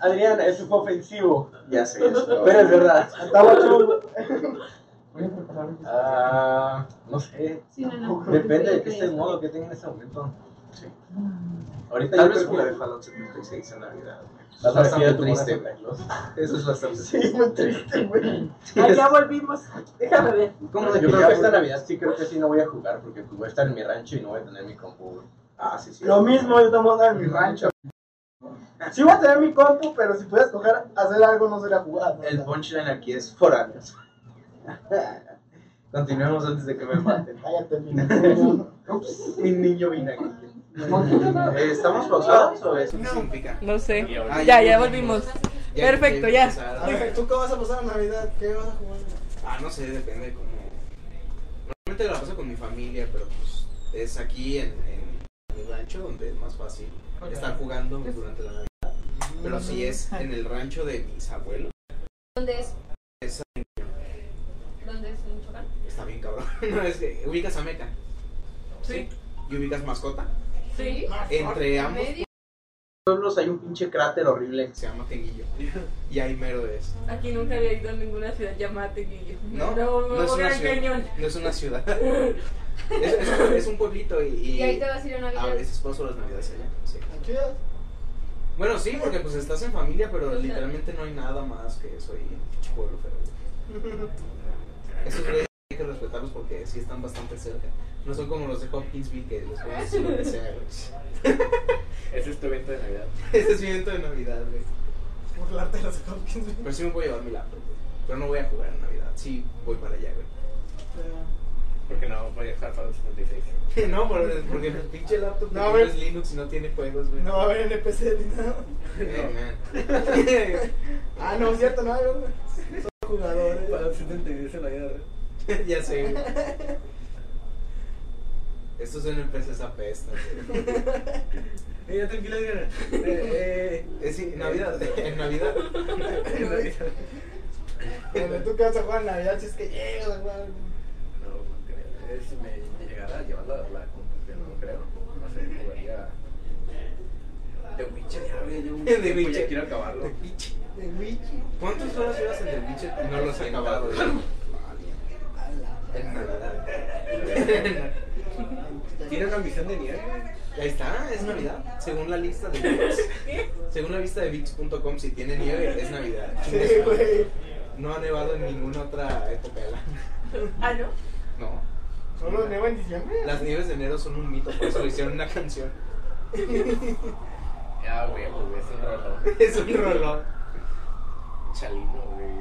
Adrián, es ofensivo. Eh, Ya sé, eso. Pero es verdad. Estaba chulo. Voy a prepararme. Ah, no sé. Sí, no, no. Depende de que esté en modo que tenga en ese momento. Sí. Ahorita Tal yo vez creo que jugaré jugaré Fallout 76 en Navidad. güey. La Es bastante partida tu triste, buena güey. Eso es bastante triste. Sí, muy triste, güey. Ay, ya volvimos. Déjame ver. ¿Cómo de Yo que creo ya que esta voy? Navidad sí creo que sí no voy a jugar porque pues, voy a estar en mi rancho y no voy a tener mi compu. güey. Ah, sí, sí. Lo mismo yo tomo en mi rancho. Sí voy a tener mi compu, pero si pudiera escoger hacer algo no sería jugar. ¿no? El punchline aquí es foráneos. Continuemos antes de que me maten. Cállate, mi niño. Ups, mi niño vinagre. Eh, ¿Estamos pausados o eso qué significa? No sé. Ah, Ya, ya ya volvimos. Perfecto, ya. A ver, ¿Tú qué vas a pasar a Navidad? ¿Qué vas a jugar? Ah, no sé, depende de cómo. Normalmente la paso con mi familia, pero pues es aquí en, en mi rancho donde es más fácil estar jugando durante la Navidad. Mm. Pero si es en el rancho de mis abuelos, ¿Dónde es? Es ¿Dónde es? ¿En Michoacán? está bien cabrón. No, es que ubicas a Meca Sí. y ubicas mascota. Sí. Entre Ah, ¿En ambos medio? Pueblos hay un pinche cráter horrible. se llama Teguillo. Y ahí mero es. Aquí nunca había ido a ninguna ciudad llamada Tequillo. No, no, no, no, es una Gran ciudad. Cañón. No es una ciudad. Es, es- es un pueblito y, y Y ahí te vas a ir a a Navidad. veces Ah, paso las navidades allá. sí. ¿Qué? Bueno, sí, porque pues estás en familia, pero Ajá. literalmente no hay nada más que eso y pueblo feo. Esos güeyes hay que respetarlos porque sí están bastante cerca. No son como los de Hopkinsville que los puedes ir donde sea, güey. Ese es tu evento de Navidad. Ese es mi evento de Navidad, güey. Burlarte de los Hopkins. Pero sí me voy a llevar mi laptop, güey. Pero no voy a jugar en Navidad. Sí, voy para allá, güey. Porque no voy a estar para los 76. no, por- porque el pinche laptop No, no, güey. es Linux y no tiene juegos, güey. No va a haber NPC ni nada. Hey, man. Ah, no, es cierto, no hay, ¿verdad? Son jugadores. Fallout 76 en la vida real. ya sé, güey. Estos NPCs apestan, güey. Eh, ya tranquila, Diana. Eh, eh, Eh, sí, en Navidad, en Navidad. en Navidad. Bueno, ¿Tú qué vas a jugar Eh, en Navidad si es que llegas a jugar? No, no creo. Es, me llegará a llevar la, la compu, que no creo. No sé, jugaría. The Witcher, ya, güey, yo The ya Witcher. quiero acabarlo. The Witcher. De Wiki. ¿Cuántas horas llevas en The Witcher? y No lo has acabado. güey? En Navidad. Tiene una ambición de nieve. Ahí está, es Navidad. Según la lista de VIX. Según la lista de VIX.com, si tiene nieve, es Navidad. Sí, Chingue su madre. güey. No ha nevado en ninguna otra época del año. Ah, ¿no? No. Solo neva en diciembre. Las nieves de enero son un mito, por eso le hicieron una canción. Ya, güey, güey, es un rolón. Es un rolón. Chalino, güey.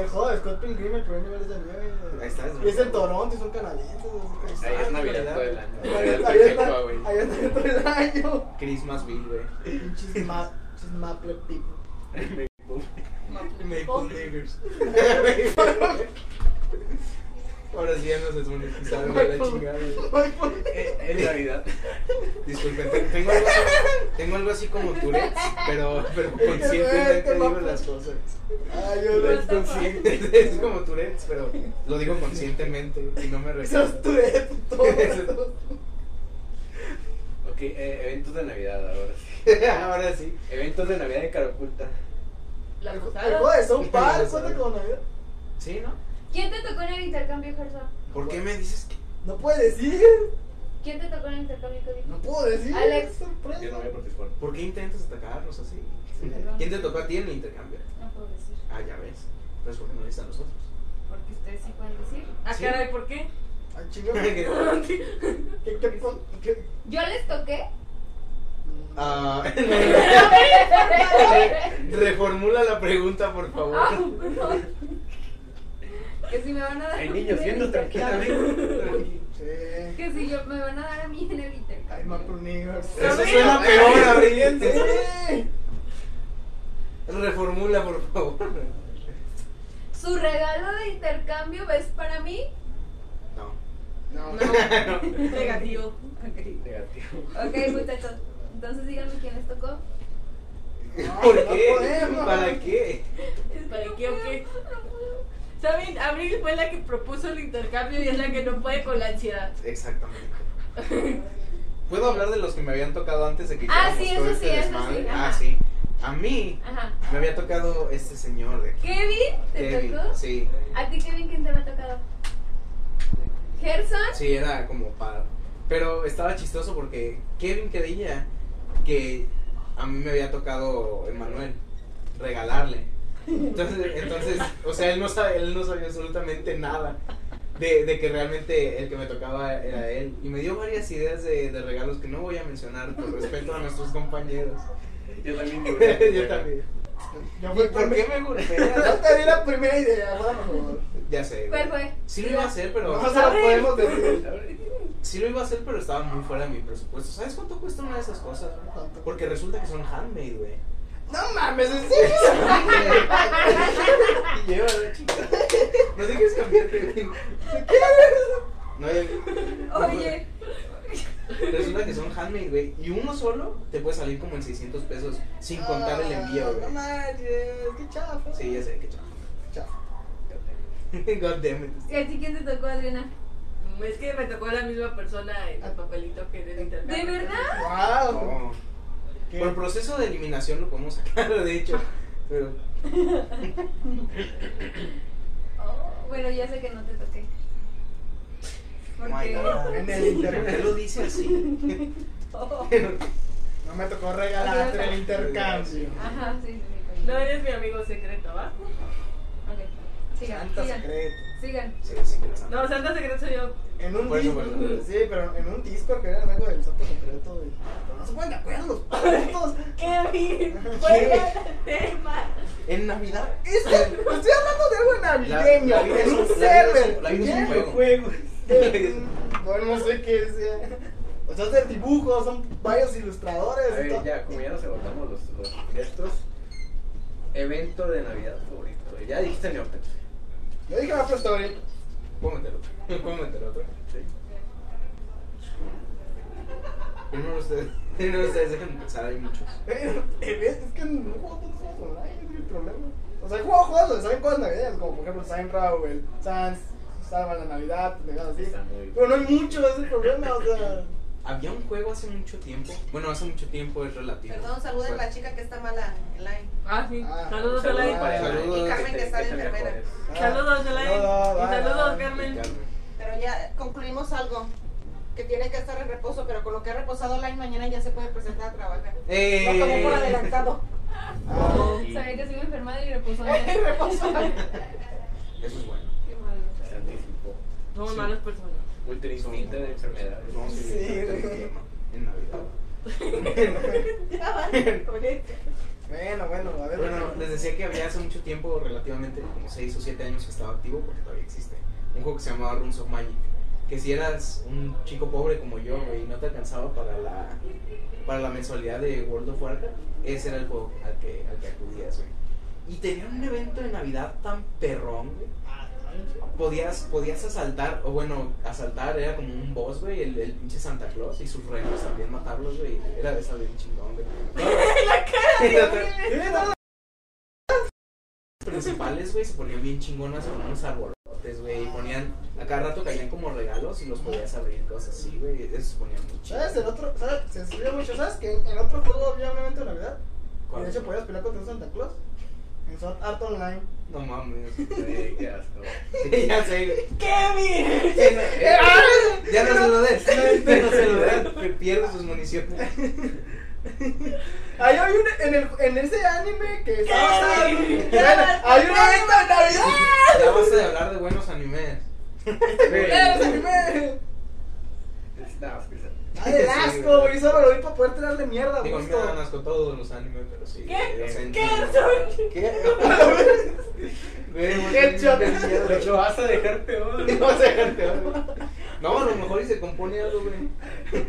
El juego de Scott Pilgrim, el primer nivel es de nieve. Ahí está, es Y es en verdad. Toronto, y son canadienses. o sea, Ahí es ah, Navidad todo el año. Ahí Navidad ahí está, perpetua, güey. ahí está todo el año. Christmasville, güey. Pinches ma- pinches maple people. Maple niggers. Ahora sí ya nos desmonetizaron de la chingada. pues, Eh, En Navidad. Disculpen, te- tengo algo, así- tengo algo así como Tourette's, pero, pero eh, conscientemente digo las cosas. Ay, yo Es lo consciente, es como Tourette's, pero lo digo conscientemente y no me Sos recuerdo. tú, eh, puto. Ok, eh, eventos de Navidad ahora sí. ahora sí. Eventos de Navidad de cara oculta. La El posada. juego de Pues, South Park, cuenta con Navidad. ¿Sí, no? ¿Quién te tocó en el intercambio, Gerson? ¿Por qué me dices que.? No puedo decir. ¿Quién te tocó en el intercambio? Cody? No puedo decir. Alex. Sorpresa. Yo no voy a participar. ¿Por qué intentas atacarnos así? Perdón. ¿Quién te tocó a ti en el intercambio? No puedo decir. Ah, ya ves. Pues porque no dices a nosotros. Porque ustedes sí pueden decir. Ah, Sí. caray, ¿por qué? Ay, chinga. ¿Qué, qué, pon- qué? Yo les toqué. Ah, reformula la pregunta, por Ah, favor. perdón. Que si me van a dar. Hay niños en el viendo Ah, tranquilamente. Sí. Que si yo me van a dar a mí en el intercambio. Ay, maple niggers. Eso suena peor, Abril. Sí. Reformula, por favor. Su regalo de intercambio es para mí. No. No. Negativo. Ok. Negativo. Ok, muchachos. Entonces díganme quién les tocó. ¿Por no qué? podemos. ¿Para qué? Es que ¿Para no qué o puedo, qué? no puedo. ¿Saben? Abril fue la que propuso el intercambio y es la que no puede con la ansiedad. Exactamente. ¿Puedo hablar de los que me habían tocado antes de que Ah, llegáramos sí, todo eso este sí, eso desmadre? sí, Ah, ajá. sí. A mí Ajá. me había tocado este señor de aquí. Kevin, ¿te Kevin, tocó? Sí. ¿A ti, Kevin, quién te había tocado? ¿Gerson? Sí, era como para. Pero estaba chistoso porque Kevin creía que a mí me había tocado Emanuel regalarle. Entonces, entonces o sea, él no, sabe, él no sabía absolutamente nada de, de que realmente el que me tocaba era él. Y me dio varias ideas de, de regalos que no voy a mencionar por respeto a nuestros compañeros. Yo también Yo también. Yo ¿Y fui por qué me Yo golpeas? te di la primera idea, fue la mejor. Ya sé. ¿Cuál güey. fue? Sí lo iba a hacer, pero... No se la podemos decir. Sí lo iba a hacer, pero estaba muy fuera de mi presupuesto. ¿Sabes cuánto cuesta una de esas cosas? güey? ¿Cuánto? Porque resulta que son handmade, güey. No mames, en serio. Y lleva la chica. No sé qué es cambiarte, güey. No, ya- Oye, Resulta que son handmade, güey. Y uno solo te puede salir como en 600 pesos sin contar el envío, Ah, No güey. manches, qué chafa. Sí, ya sé, qué chafa. Chafa. God damn it. ¿y a ti quién te tocó, Adriana? Es que me tocó la misma persona en el papelito que en el intercambio. ¿De verdad? Wow. No. ¿Qué? Por proceso de eliminación lo podemos sacar, de hecho. Ah. Pero Oh, bueno, ya sé que no te toqué. my Porque. God. En el internet. Él lo dice así. Oh. No me tocó regalar el intercambio. Ajá, sí, sí, sí. No eres mi amigo secreto, ¿va? Ok. Sigan, Santa sigan. secreto. Sigan. Sí, sí, que lo sabe. No, Santa Secreto soy yo. En un Por eso, disco. por eso. Sí, pero en un disco que era algo del santo secreto. güey. Pero no se pueden de acuerdo los puntos. Kevin, fuera el tema. En Navidad. Es que estoy hablando de algo navideño. La- la vida en es un un- la vida es un- server. la vida es un lleno juego. de juegos. es- Bueno, no sé qué sea. O sea, es de dibujos, son varios ilustradores. A y ver, todo. ya, como ya nos agotamos los, los gestos, evento de Navidad favorito. Ya dijiste el mío, Pepe. Yo dije "Ah, pues, la historia. ¿Puedo meter otro? ¿Puedo meter otro? Sí. Primero ustedes, primero ustedes, dejen empezar, hay muchos. Pero, eh, ves, es que no juego tantos juegos online, es mi problema. O sea, juego juegos donde salen cosas navideñas, como por ejemplo Saint Row, el Sans, Salva la Navidad, pendejadas así. Está muy- Pero no hay mucho, ese es el problema, o sea. Había un juego hace mucho tiempo. Bueno, hace mucho tiempo es relativo. Pues, Perdón, saluden a la chica que está mala en line. Ah, sí. Ah, saludos, Saludos Ah, Elaine. para Saludos. Elaine. Y Carmen, que está de te enfermera. mejores. Saludos, Elaine. Saludos, Y saludos, bye. Y Carmen. Carmen. Pero ya concluimos algo. Que tiene que estar en reposo, pero con lo que ha reposado line mañana ya se puede presentar a trabajar. Eh. Lo tomó por adelantado. Ah, Sabía que soy una enferma de reposo. reposo. Eso es bueno. Se anticipó. Somos Sí. malas personas. Muy triste de enfermedades. Vamos a Sí, vivir güey. este tema en Navidad. Ya vale, ahorita. Bueno, bueno, a ver. Bueno, les decía que había hace mucho tiempo, relativamente como 6 o 7 años que estaba activo, porque todavía existe, un juego que se llamaba Runes of Magic. Que si eras un chico pobre como yo y no te alcanzaba para la, para la mensualidad de World of Warcraft, ese era el juego al que, al que acudías, güey. Y tenía un evento de Navidad tan perrón, güey. Ah, Podías, podías asaltar, o bueno, asaltar era como un boss, güey, el, el pinche Santa Claus y sus renos también matarlos, güey. Era de esa bien chingón, güey. la cara principales, güey, se ponían bien chingonas con unos arbolotes, güey. Y ponían, a cada rato caían como regalos y los podías abrir, cosas así, güey. Eso se ponía muy chido. ¿Sabes? En otro, ¿sabes? Ah, Se subió mucho, ¿sabes? Que en otro juego había un evento de Navidad. Y ¿Cuál? de hecho podías pelear contra un Santa Claus. En Sword Art Online. No mames, güey, qué asco. Sí, ya sé. ¡Kevin! Ya no- Ya no se lo des, ya no se lo des, que pierde sus municiones. Ahí hay un. En, el, en ese anime que está basado. Hay un evento de Navidad. Ya basta de hablar de buenos animes. ¡Eh, los anime! Estabas que ¡Ay, el Ah, asco, güey! Solo lo vi para poder tirarle mierda, Digo, a mí me justo. dan asco todos los animes, pero sí. eh, ¿Qué? Inocente. ¿Qué razón? ¿Qué? Güey, Headshot. güey, Lo vas a dejar peor. No vas a dejar peor. No, a lo mejor y se compone algo, güey.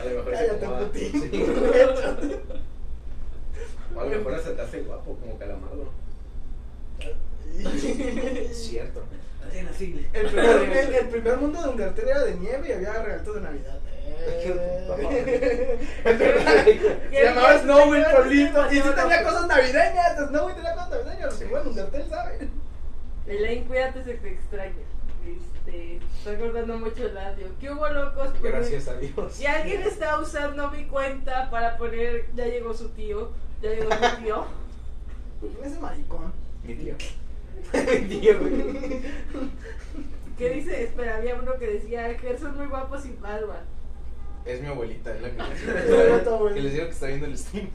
A lo mejor Cállate, acomoda. putín. Sí. O a lo mejor hasta te hace guapo como calamardo. Es cierto. El primer, el, el primer mundo de Undertale era de nieve y había regalitos de Navidad. Eh. Se llamaba Snow el pueblito. Y sí tenía cosas navideñas. Snow tenía cosas navideñas. Los que juegan Undertale saben. Elaine, cuídate, se te extraña. Este, estoy acordando mucho el radio. ¿Qué hubo, locos? Pues, Gracias a Dios. Si alguien está usando mi cuenta para poner ya llegó su tío, ya llegó su tío, ¿Quién es ese maricón? Mi tío. Mi tío, güey. ¿qué dice? Espera, había uno que decía, Gerson muy guapo sin barba. Es mi abuelita, es la abuelita, que, güey. que les digo que está viendo el stream.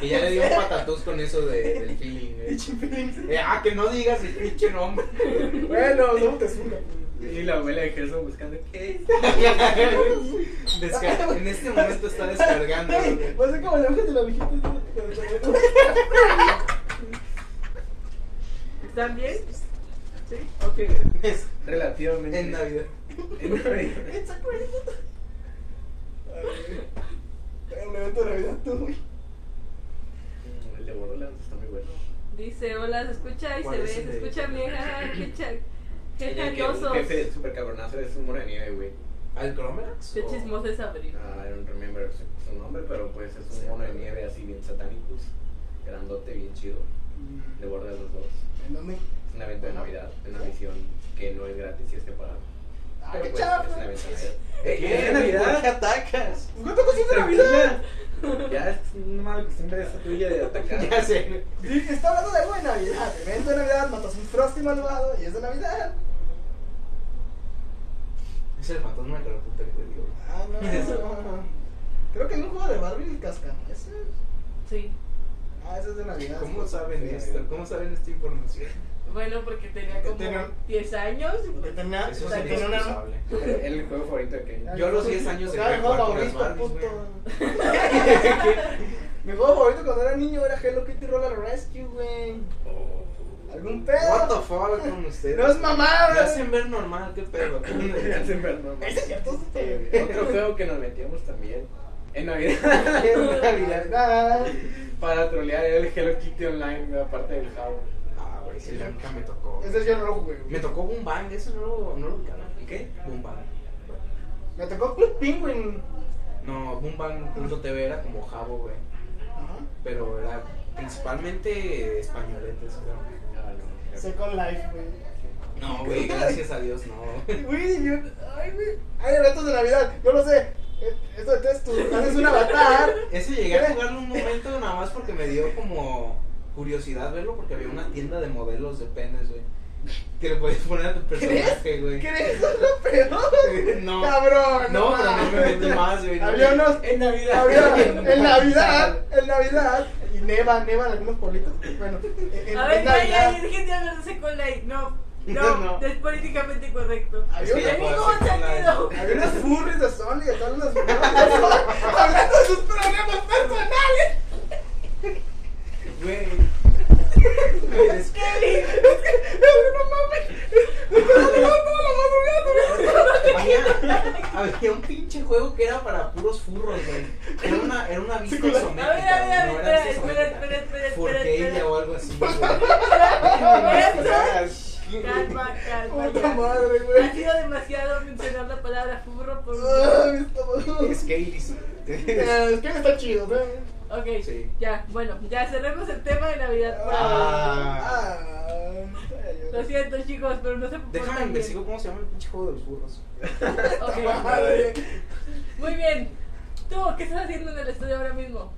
Que ya le dio un patatús con eso de, del feeling, güey. Eh, ah, que no digas el pinche nombre. Bueno, no te suena. Y la abuela de Gerson buscando qué es. Desca- en este momento está descargando. güey. Va a ser Pues como el ángel de la viejita. ¿Están bien? ¿Sí? Ok. Es Relativamente. en Navidad. En Navidad. Un evento de Navidad, tú, güey. Mm, El de Borderlands está muy bueno. Dice, hola, se escucha y se ¿Cuál ve, es se el de- escucha bien, jaja, qué cha- qué En el que un jariosos. jefe del super cabronazo es un muro de nieve, güey. ¿Al Cromex? Qué chismosa es Abril. I don't remember su, su nombre, pero pues es un mono de nieve así bien satanicus. Grandote, bien chido. De borde de los dos. ¿En dónde? Es un evento de Navidad, es una misión que no es gratis y es que para. Ah, Pero qué pues, pues. chafa. es un evento Eh, ¿Qué? de Navidad. ¿Qué? ¿Navidad? ¿Por qué atacas? ¿Cuánto cosas de Navidad? Ya es una mala costumbre esa tuya de atacar. Ya sé. Sí, Está hablando de algo de Navidad. Evento de Navidad, matas un Frosty malvado y es de Navidad. Es el fantasma de la puta que te digo. Ah, no, no, no. Creo que hay un juego de Barbie y Cascanueces. Sí. Ah, ese es de Navidad. ¿Cómo saben Sí, esto? ¿Cómo saben esta información? Bueno, porque tenía como Tenía- 10 años. Porque tenía, Eso o es sea, tenía una- inexcusable. El juego favorito de Kevin. Yo a los 10 años Era mi empecé a juego jugar con las favorito, Barbies, güey. puto. Mi juego favorito cuando era niño era Hello Kitty Roller Rescue, güey. ¿Algún pedo? Oh. What the fuck con ustedes? No es mamada. Me hacen ver normal, qué pedo. Ya se enfermó. Ese es cierto, sí, sí. Otro juego que nos metíamos también. En Navidad. En Navidad. Para trolear era el Hello Kitty Online, güey, aparte del Jabo. Ah, güey, sí, nunca me tocó. Ese yo no lo jugué, güey. Me tocó Boom Bang, eso no lo, no lo ubicaba. ¿Qué? Boom Bang. Me tocó Club Penguin. No, Boom Bang.tv era como Jabo, güey. Ajá. Pero era principalmente españoletes, creo. Second Life, güey. No, güey, gracias a Dios, no. Güey, yo. Ay, güey. Hay eventos de Navidad, yo lo sé. Eh, curiosidad verlo porque había una tienda de modelos de penes, güey. Que le podías poner a tu personaje, güey. ¿Crees eso es lo peor? No. Cabrón. No, pero no mames. me metí más, güey. no. Había unos- En Navidad. Había- en Navidad, en Navidad, y neva, neva en algunos pueblitos. Bueno, en, en- A ver, en ya, ya, Navidad. ya, gente hablándose con like. No, No, no, no. es políticamente correcto. Había Es que unos- ya En puedo ningún hacer online. sentido. Había unas furries de Sony que estaban las hablando de sus problemas personales. Güey. Había, había un pinche juego que era para puros furros, güey. Era una, era una vista A isométrica. ver, a ver, a güey, ver, no espera, era vista isométrica. espera, espera, espera, espera, Porque ella espera. o algo así, güey. Calma, calma. Puta ya. madre, güey. Ha sido demasiado mencionar la palabra furro por un Ay, mi estómago. Es que Iris. Eh, Es que está chido, ¿eh? Ok, Sí. ya, bueno, ya cerremos el tema de Navidad. por ahora. Ah, Lo siento, chicos, pero no se Déjame bien. investigar cómo se llama el pinche juego de los furros. Ok. Muy bien. ¿Tú qué estás haciendo en el estudio ahora mismo?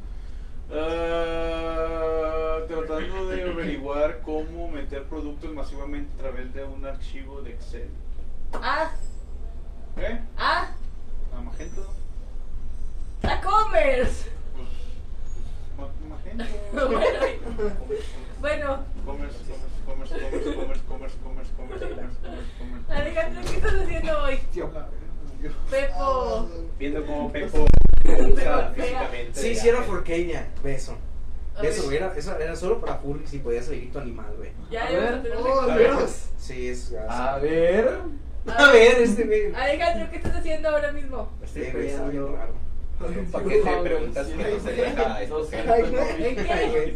ah, tratando de averiguar cómo meter productos masivamente a través de un archivo de Excel. ¡Ah! ¿Eh? ¡Ah! ¿A Magento? ¡Tacomers! Pues, ma- Magento. Bueno, y- Commerce, bueno, commerce, commerce, commerce, commerce, commerce, commerce, commerce, commerce, commerce, commerce. Alejandro, ¿qué estás haciendo hoy? Yo, yo. Pepo. Viendo cómo Pepo golpea. busca físicamente. Sí, sí, era forqueña. Beso. Ah, Beso, Ok, güey. Era, eso era solo para furries y podías elegir tu animal, güey. Ya, A ya vamos a ver, tener oh, A ver. Dios. Sí, es. A ver. A ver, este, Ah, güey. Alejandro, ¿qué estás haciendo ahora mismo? Este, güey, está bien raro. ¿Para qué te preguntas que no se deja Ay, no, escoger? ay, ¿Qué?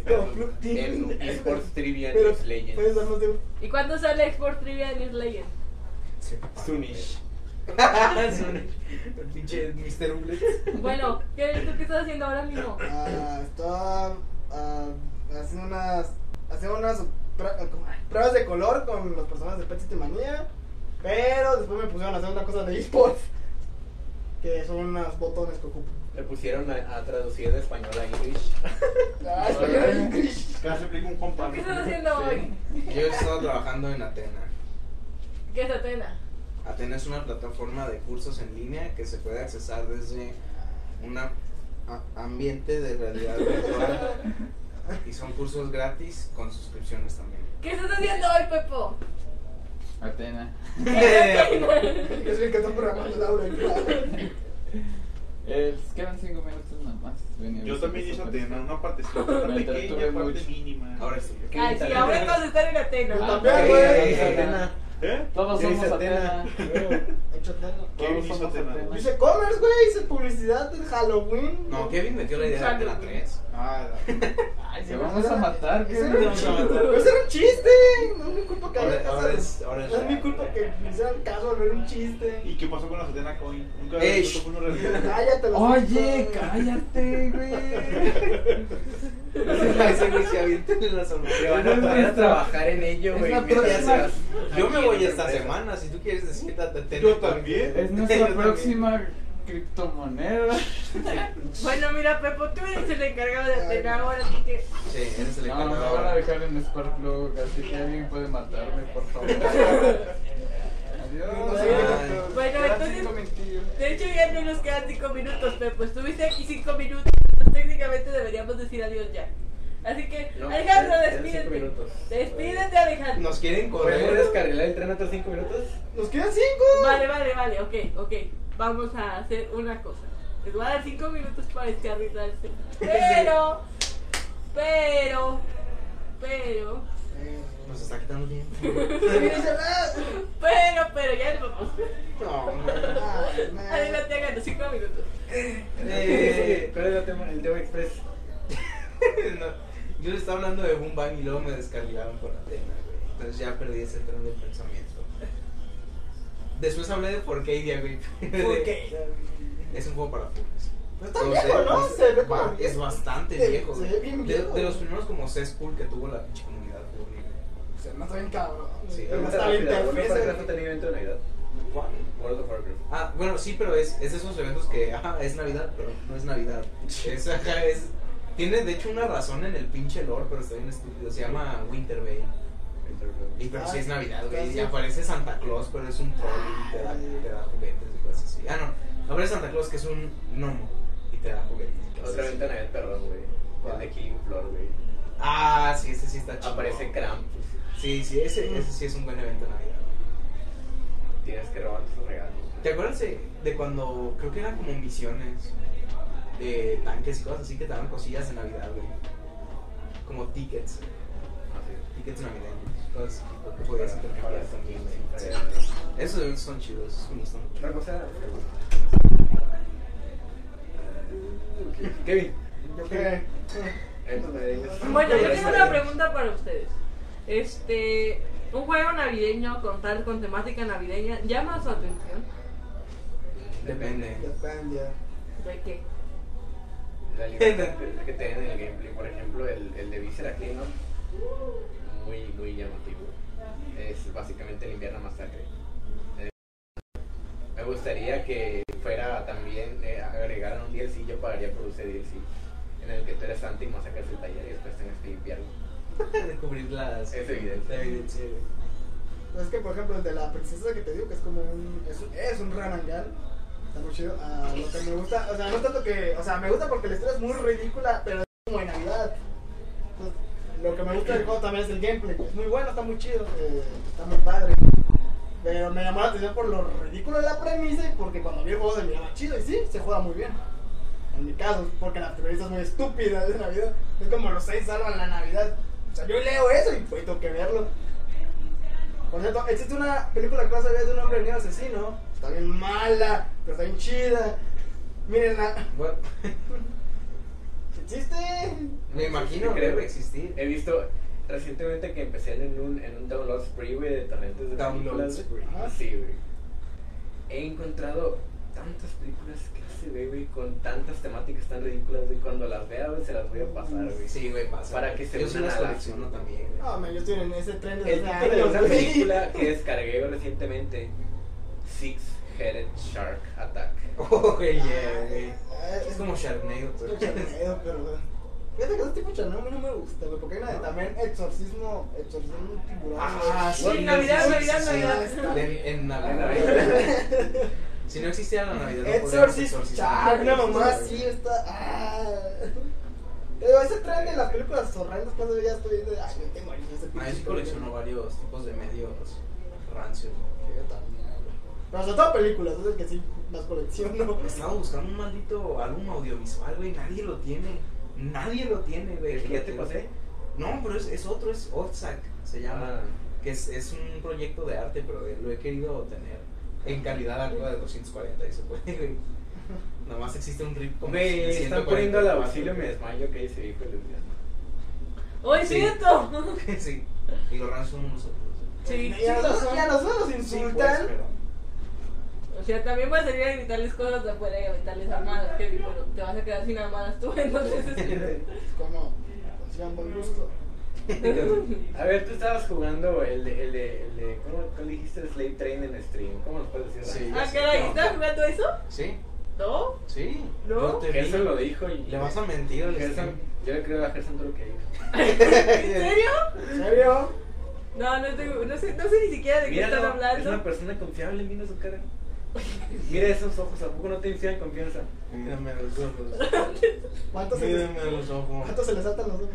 no, no, En eSports Trivia Pero- News Legends. Puedes darnos de un. ¿Y cuándo sale Export Trivia de News Legend? Sunish. Sunish. El pinche Mr. Ublets. Bueno, ¿qué, ¿tú qué estás haciendo ahora mismo? Ah, estaba ah, haciendo unas. Haciendo unas pr- como- pruebas de color con las personas de Pet City Manía. Pero después me pusieron a hacer una cosa de eSports. Que son unos botones que ocupo. Le pusieron a, a traducir de español a English. Ah, es que era English. Casi aplica un Juan ¿Tú qué estás Pablo. haciendo hoy? Yo estaba trabajando en Atena. ¿Qué es Atena? Atena es una plataforma de cursos en línea que se puede accesar desde un ambiente de realidad virtual y son cursos gratis con suscripciones también. ¿Qué estás haciendo hoy, Pepo? Atena. Es el que están programando Laura. Eh, pues, quedan cinco minutos nomás. Venimos Yo también con hice esa Atena, persona. una partecita Me entretuve pequeña, parte mucho. mínima. Ahora sí. Ay, Ah, sí, ahora vamos a estar en Yo Atena. también. ¿Eh? Todos Yo hice somos Atena. ¿Qué Todos hizo somos Atena? Atena. Dice commerce, güey. Dice publicidad del Halloween. No, Kevin metió la idea de Atena 3. Ah, Ay, se vamos a matar. Ese ¿qué? era un Vamos a matar. chiste. Ese era un chiste. No es mi culpa que Ahora, haya ahora pasado. es. Ahora es No es mi culpa que me hicieran caso al ver un ¿Y chiste. qué pasó con la Atena Coin? Nunca Ey, había visto uno realidad. Cállate, los Oye, putos. cállate, güey. Ese güey se avienta en la solución. Van a poder a trabajar en ello, Es güey. la Mira, ya se va. próxima. Yo me voy Aquí, esta sorpresa. semana. Si tú quieres decir Atena. Yo también. Es nuestra próxima criptomoneda. Bueno, mira, Pepo, tú eres el encargado de Atena ahora, así que. Sí, eres el No, me van a encargado ahora. dejar en Spark Plug, así que alguien puede matarme, por favor. Adiós. Bueno, Quedan entonces- cinco minutillos. De hecho, ya no nos quedan cinco minutos, Pepo. Estuviste aquí cinco minutos. Técnicamente deberíamos decir adiós ya. Así que, No, Alejandro, quedan- quedan cinco despídete. minutos. Despídete, Alejandro. ¿Nos quieren correr? ¿Puedes descarrilar el tren otros 5 minutos? Nos quedan cinco. Vale, vale, vale, ok, ok. Vamos a hacer una cosa. Les voy a dar cinco minutos para descarrilarse. Pero, pero, pero, Nos está quitando tiempo. pero, pero, ya nos vamos. No, Ay, man. Adelante, hagan los cinco minutos. Eh, ¿Cuál era el tema, el tema express? No, Yo le estaba hablando de Boom Bang y luego me descarrilaron por Atena, güey. Entonces ya perdí ese tren del pensamiento. Después hablé de Forcadia, güey. Porque- Es un juego para furries. Pero está viejo, ¿no? Se ve como va- viejo. es bastante Se- viejo, se güey. ve bien De, viejo. de los primeros como cesspool que tuvo la pinche comunidad furry, güey. Se me hace bien cabrón. Sí, Pero pregunta está bien rápida, terfese. tenía evento de Navidad? ¿Cuál? World of Warcraft. Ah, bueno, sí, pero es, es esos eventos que, ajá, es Navidad, pero no es Navidad. Es, ajá, es, Tiene de hecho una razón en el pinche lore, pero está bien estúpido. Se llama Winter Bay. Y pero Ah, sí es Navidad, güey. Y aparece Santa Claus, pero es un troll y te da, te da juguetes y cosas así. Ah, no. Aparece Santa Claus, que es un gnomo y te da juguetes. y cosas Otra así. ventana del perro, güey. El de Killing Floor, güey. Ah, sí, ese sí está chido. Aparece Krampus. Sí, sí, ese, ese sí es un buen evento de Navidad. Tienes que robar tus regalos. ¿Te acuerdas de, de cuando creo que eran como misiones de tanques y cosas así que te daban cosillas de Navidad, güey? Como tickets, Así. tickets navideños, cosas que podías intercambiar Para- también, güey. para- Sí. Esos eventos son chidos, esos me gustan mucho. Otra cosa. Kevin. Yo qué. Bueno, yo tengo una pregunta para ustedes. Este, un juego navideño con tal con temática navideña llama su atención. Depende. Depende. ¿De qué? La libertad que te den en el gameplay, por ejemplo, el, el de Viscera Kingdom, muy, muy llamativo. Es básicamente el invierno masacre. Eh, me gustaría que fuera también, eh, agregaran un DLC, yo pagaría por ese DLC, en el que tú eres Santa y masacres el taller y después tengas que limpiarlo. Descubrir las. Es evidente. la evidencia, güey. Pues Es que, por ejemplo, el de la princesa que te digo, que es como un. Es un, es un ranangal. Está muy chido. Ah, lo que me gusta, o sea, no tanto que. O sea, me gusta porque la historia es muy ridícula, pero es como de Navidad. Entonces, lo que me gusta del juego también es el gameplay. que Es muy bueno, está muy chido, eh, está muy padre. Pero me llamó la atención por lo ridículo de la premisa y porque cuando vi el juego se miraba chido. Y sí, se juega muy bien. En mi caso, porque la premisa es muy estúpida de Navidad. Es como los seis salvan la Navidad. O sea, yo leo eso y pues tengo que verlo. Por cierto, existe una película que vas a ver de un hombre niño asesino. Está bien mala, pero está bien chida. Mírenla. Bueno, ¿Existe? me imagino Sí, que creo. debe existir. He visto recientemente que empecé en un, en un download spree, güey, de torrentes de Download películas, güey. spree. Ah, Sí, güey. He encontrado tantas películas que hace, güey, güey, con tantas temáticas tan ridículas, güey. Cuando las vea, güey, se las voy a pasar, güey. Sí, güey, pasa. Para que se Yo sí unan las a la- colecciono también, güey. No, man, yo estoy en ese tren El desde hace título de una años. película que descargué güey, recientemente, Six Headed Shark Attack. Oh, güey, yeah, güey. Ah, Es como Sharknado, Es pero. un charneo, pero. güey. Fíjate que ese tipo de charneo a mí no me gusta, güey, porque hay una de también exorcismo, exorcismo de un tiburón. Ah, güey. Sí, Navidad, Navidad, sí, sí, Navidad. está. En, en Navidad. Si no existiera la Navidad, no podríamos Exorcism exorcizar. Ah, Shark, una mamá así está. Ah. Te digo, ese tren de las películas horrendas cuando ya estoy viendo, ay, yo tengo ahí ese Ah, yo sí pinche colecciono varios tipos de medios rancios. tren. Sí, yo también, güey. Pero sobre todo películas, es el que sí las colecciono. Estaba buscando un maldito álbum audiovisual, güey. Nadie lo tiene. Nadie lo tiene, güey. ¿El que ya te Lo- pasé? Ah. No, pero es, es otro, es Otsack, se llama. Que es, es un proyecto de arte, pero eh, lo he querido tener en calidad arriba de 240 y se puede, güey. Nada más existe un rip como de Me están 144, poniendo la vacila y me güey. desmayo que dice, hijo de Dios. Hoy Sí. siento. Sí. Y los rancios somos nosotros. Sí. Y a nosotros, y a nosotros nos Sí, insultan. pues, pero- O sea, también vas a salir a gritarles cosas de afuera y a gritarles armadas, que bueno, te vas a quedar sin armadas tú, entonces como consigan buen gusto. pues, A ver, tú estabas jugando el de, el de, el de ¿cómo, cuál dijiste? Slave Train en stream. ¿Cómo nos puedes decir? Sí. Ah, caray, ¿estás jugando eso? Sí, ¿No? sí. No. Yo te Que vi. Gerson lo dijo y... Le vas a mentir al Gerson, yo le creo a Gerson todo lo que dijo. ¿En serio? ¿En serio? No, no, estoy- no sé, no sé ni siquiera de qué Míralo, están es una hablando. persona confiable, mira su cara. Mira esos ojos, ¿a poco no te inspiran confianza? Mírame a los ojos. ¿Cuántos se, les, Mírame a los ojos. cuántos se les saltan los ojos?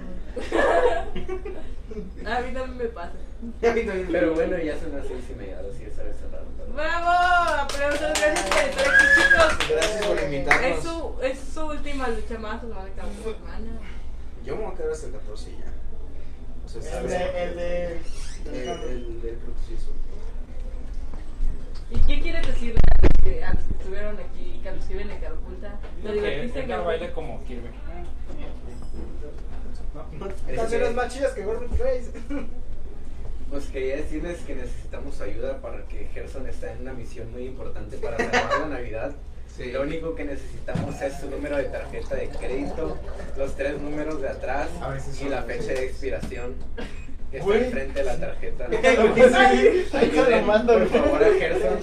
A mí también me pasa. Pero bueno, ya son las seis y media, así es, sabes cerrar. ¡Bravo! Aplausos, gracias por estar aquí, chicos. Gracias por invitarnos. Es su, es su última lucha más, semana que acabó esta semana. Yo me voy a quedar hasta el 14 y ya. O sea, ¿sabes? El de. El de. Pues, El, el- el- el, el crucifijo. ¿Y qué quieres decirle a los que, a los que estuvieron aquí, que a los que viven en Carapulta? ¿Lo divertiste en baile Carapulta? como Kirby. Canciones más chidas que Gordon Grace. Pues quería decirles que necesitamos ayuda para que Gerson está en una misión muy importante para salvar la Navidad. Sí. Lo único que necesitamos es su número de tarjeta de crédito, los tres números de atrás A veces y son la los fecha de expiración que está Güey. enfrente de la tarjeta. Ahí se lo Ayuden, mando, por güey. favor, a Gerson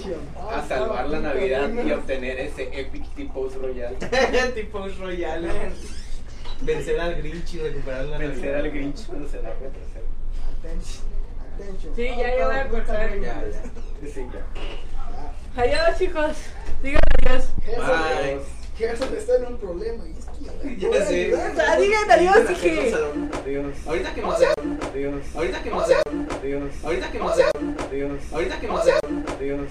a salvar la Navidad y obtener ese Epic Tipos Royal. tipo Royal. Vencer al Grinch y recuperar la Vencer Navidad. al Grinch cuando se larga tercero. Atención, atención. Sí, ya, ya voy a cortar. Ya, ya. Sí, ya. Adiós, chicos. Digan adiós. Gerson- Gerson está en un problema y es que Ya voy a sé. ayudar. Ah, digan adiós, dije. Ahorita que No nos seas- Ahorita que nos Ahorita que nos Ahorita que nos Ahorita que nos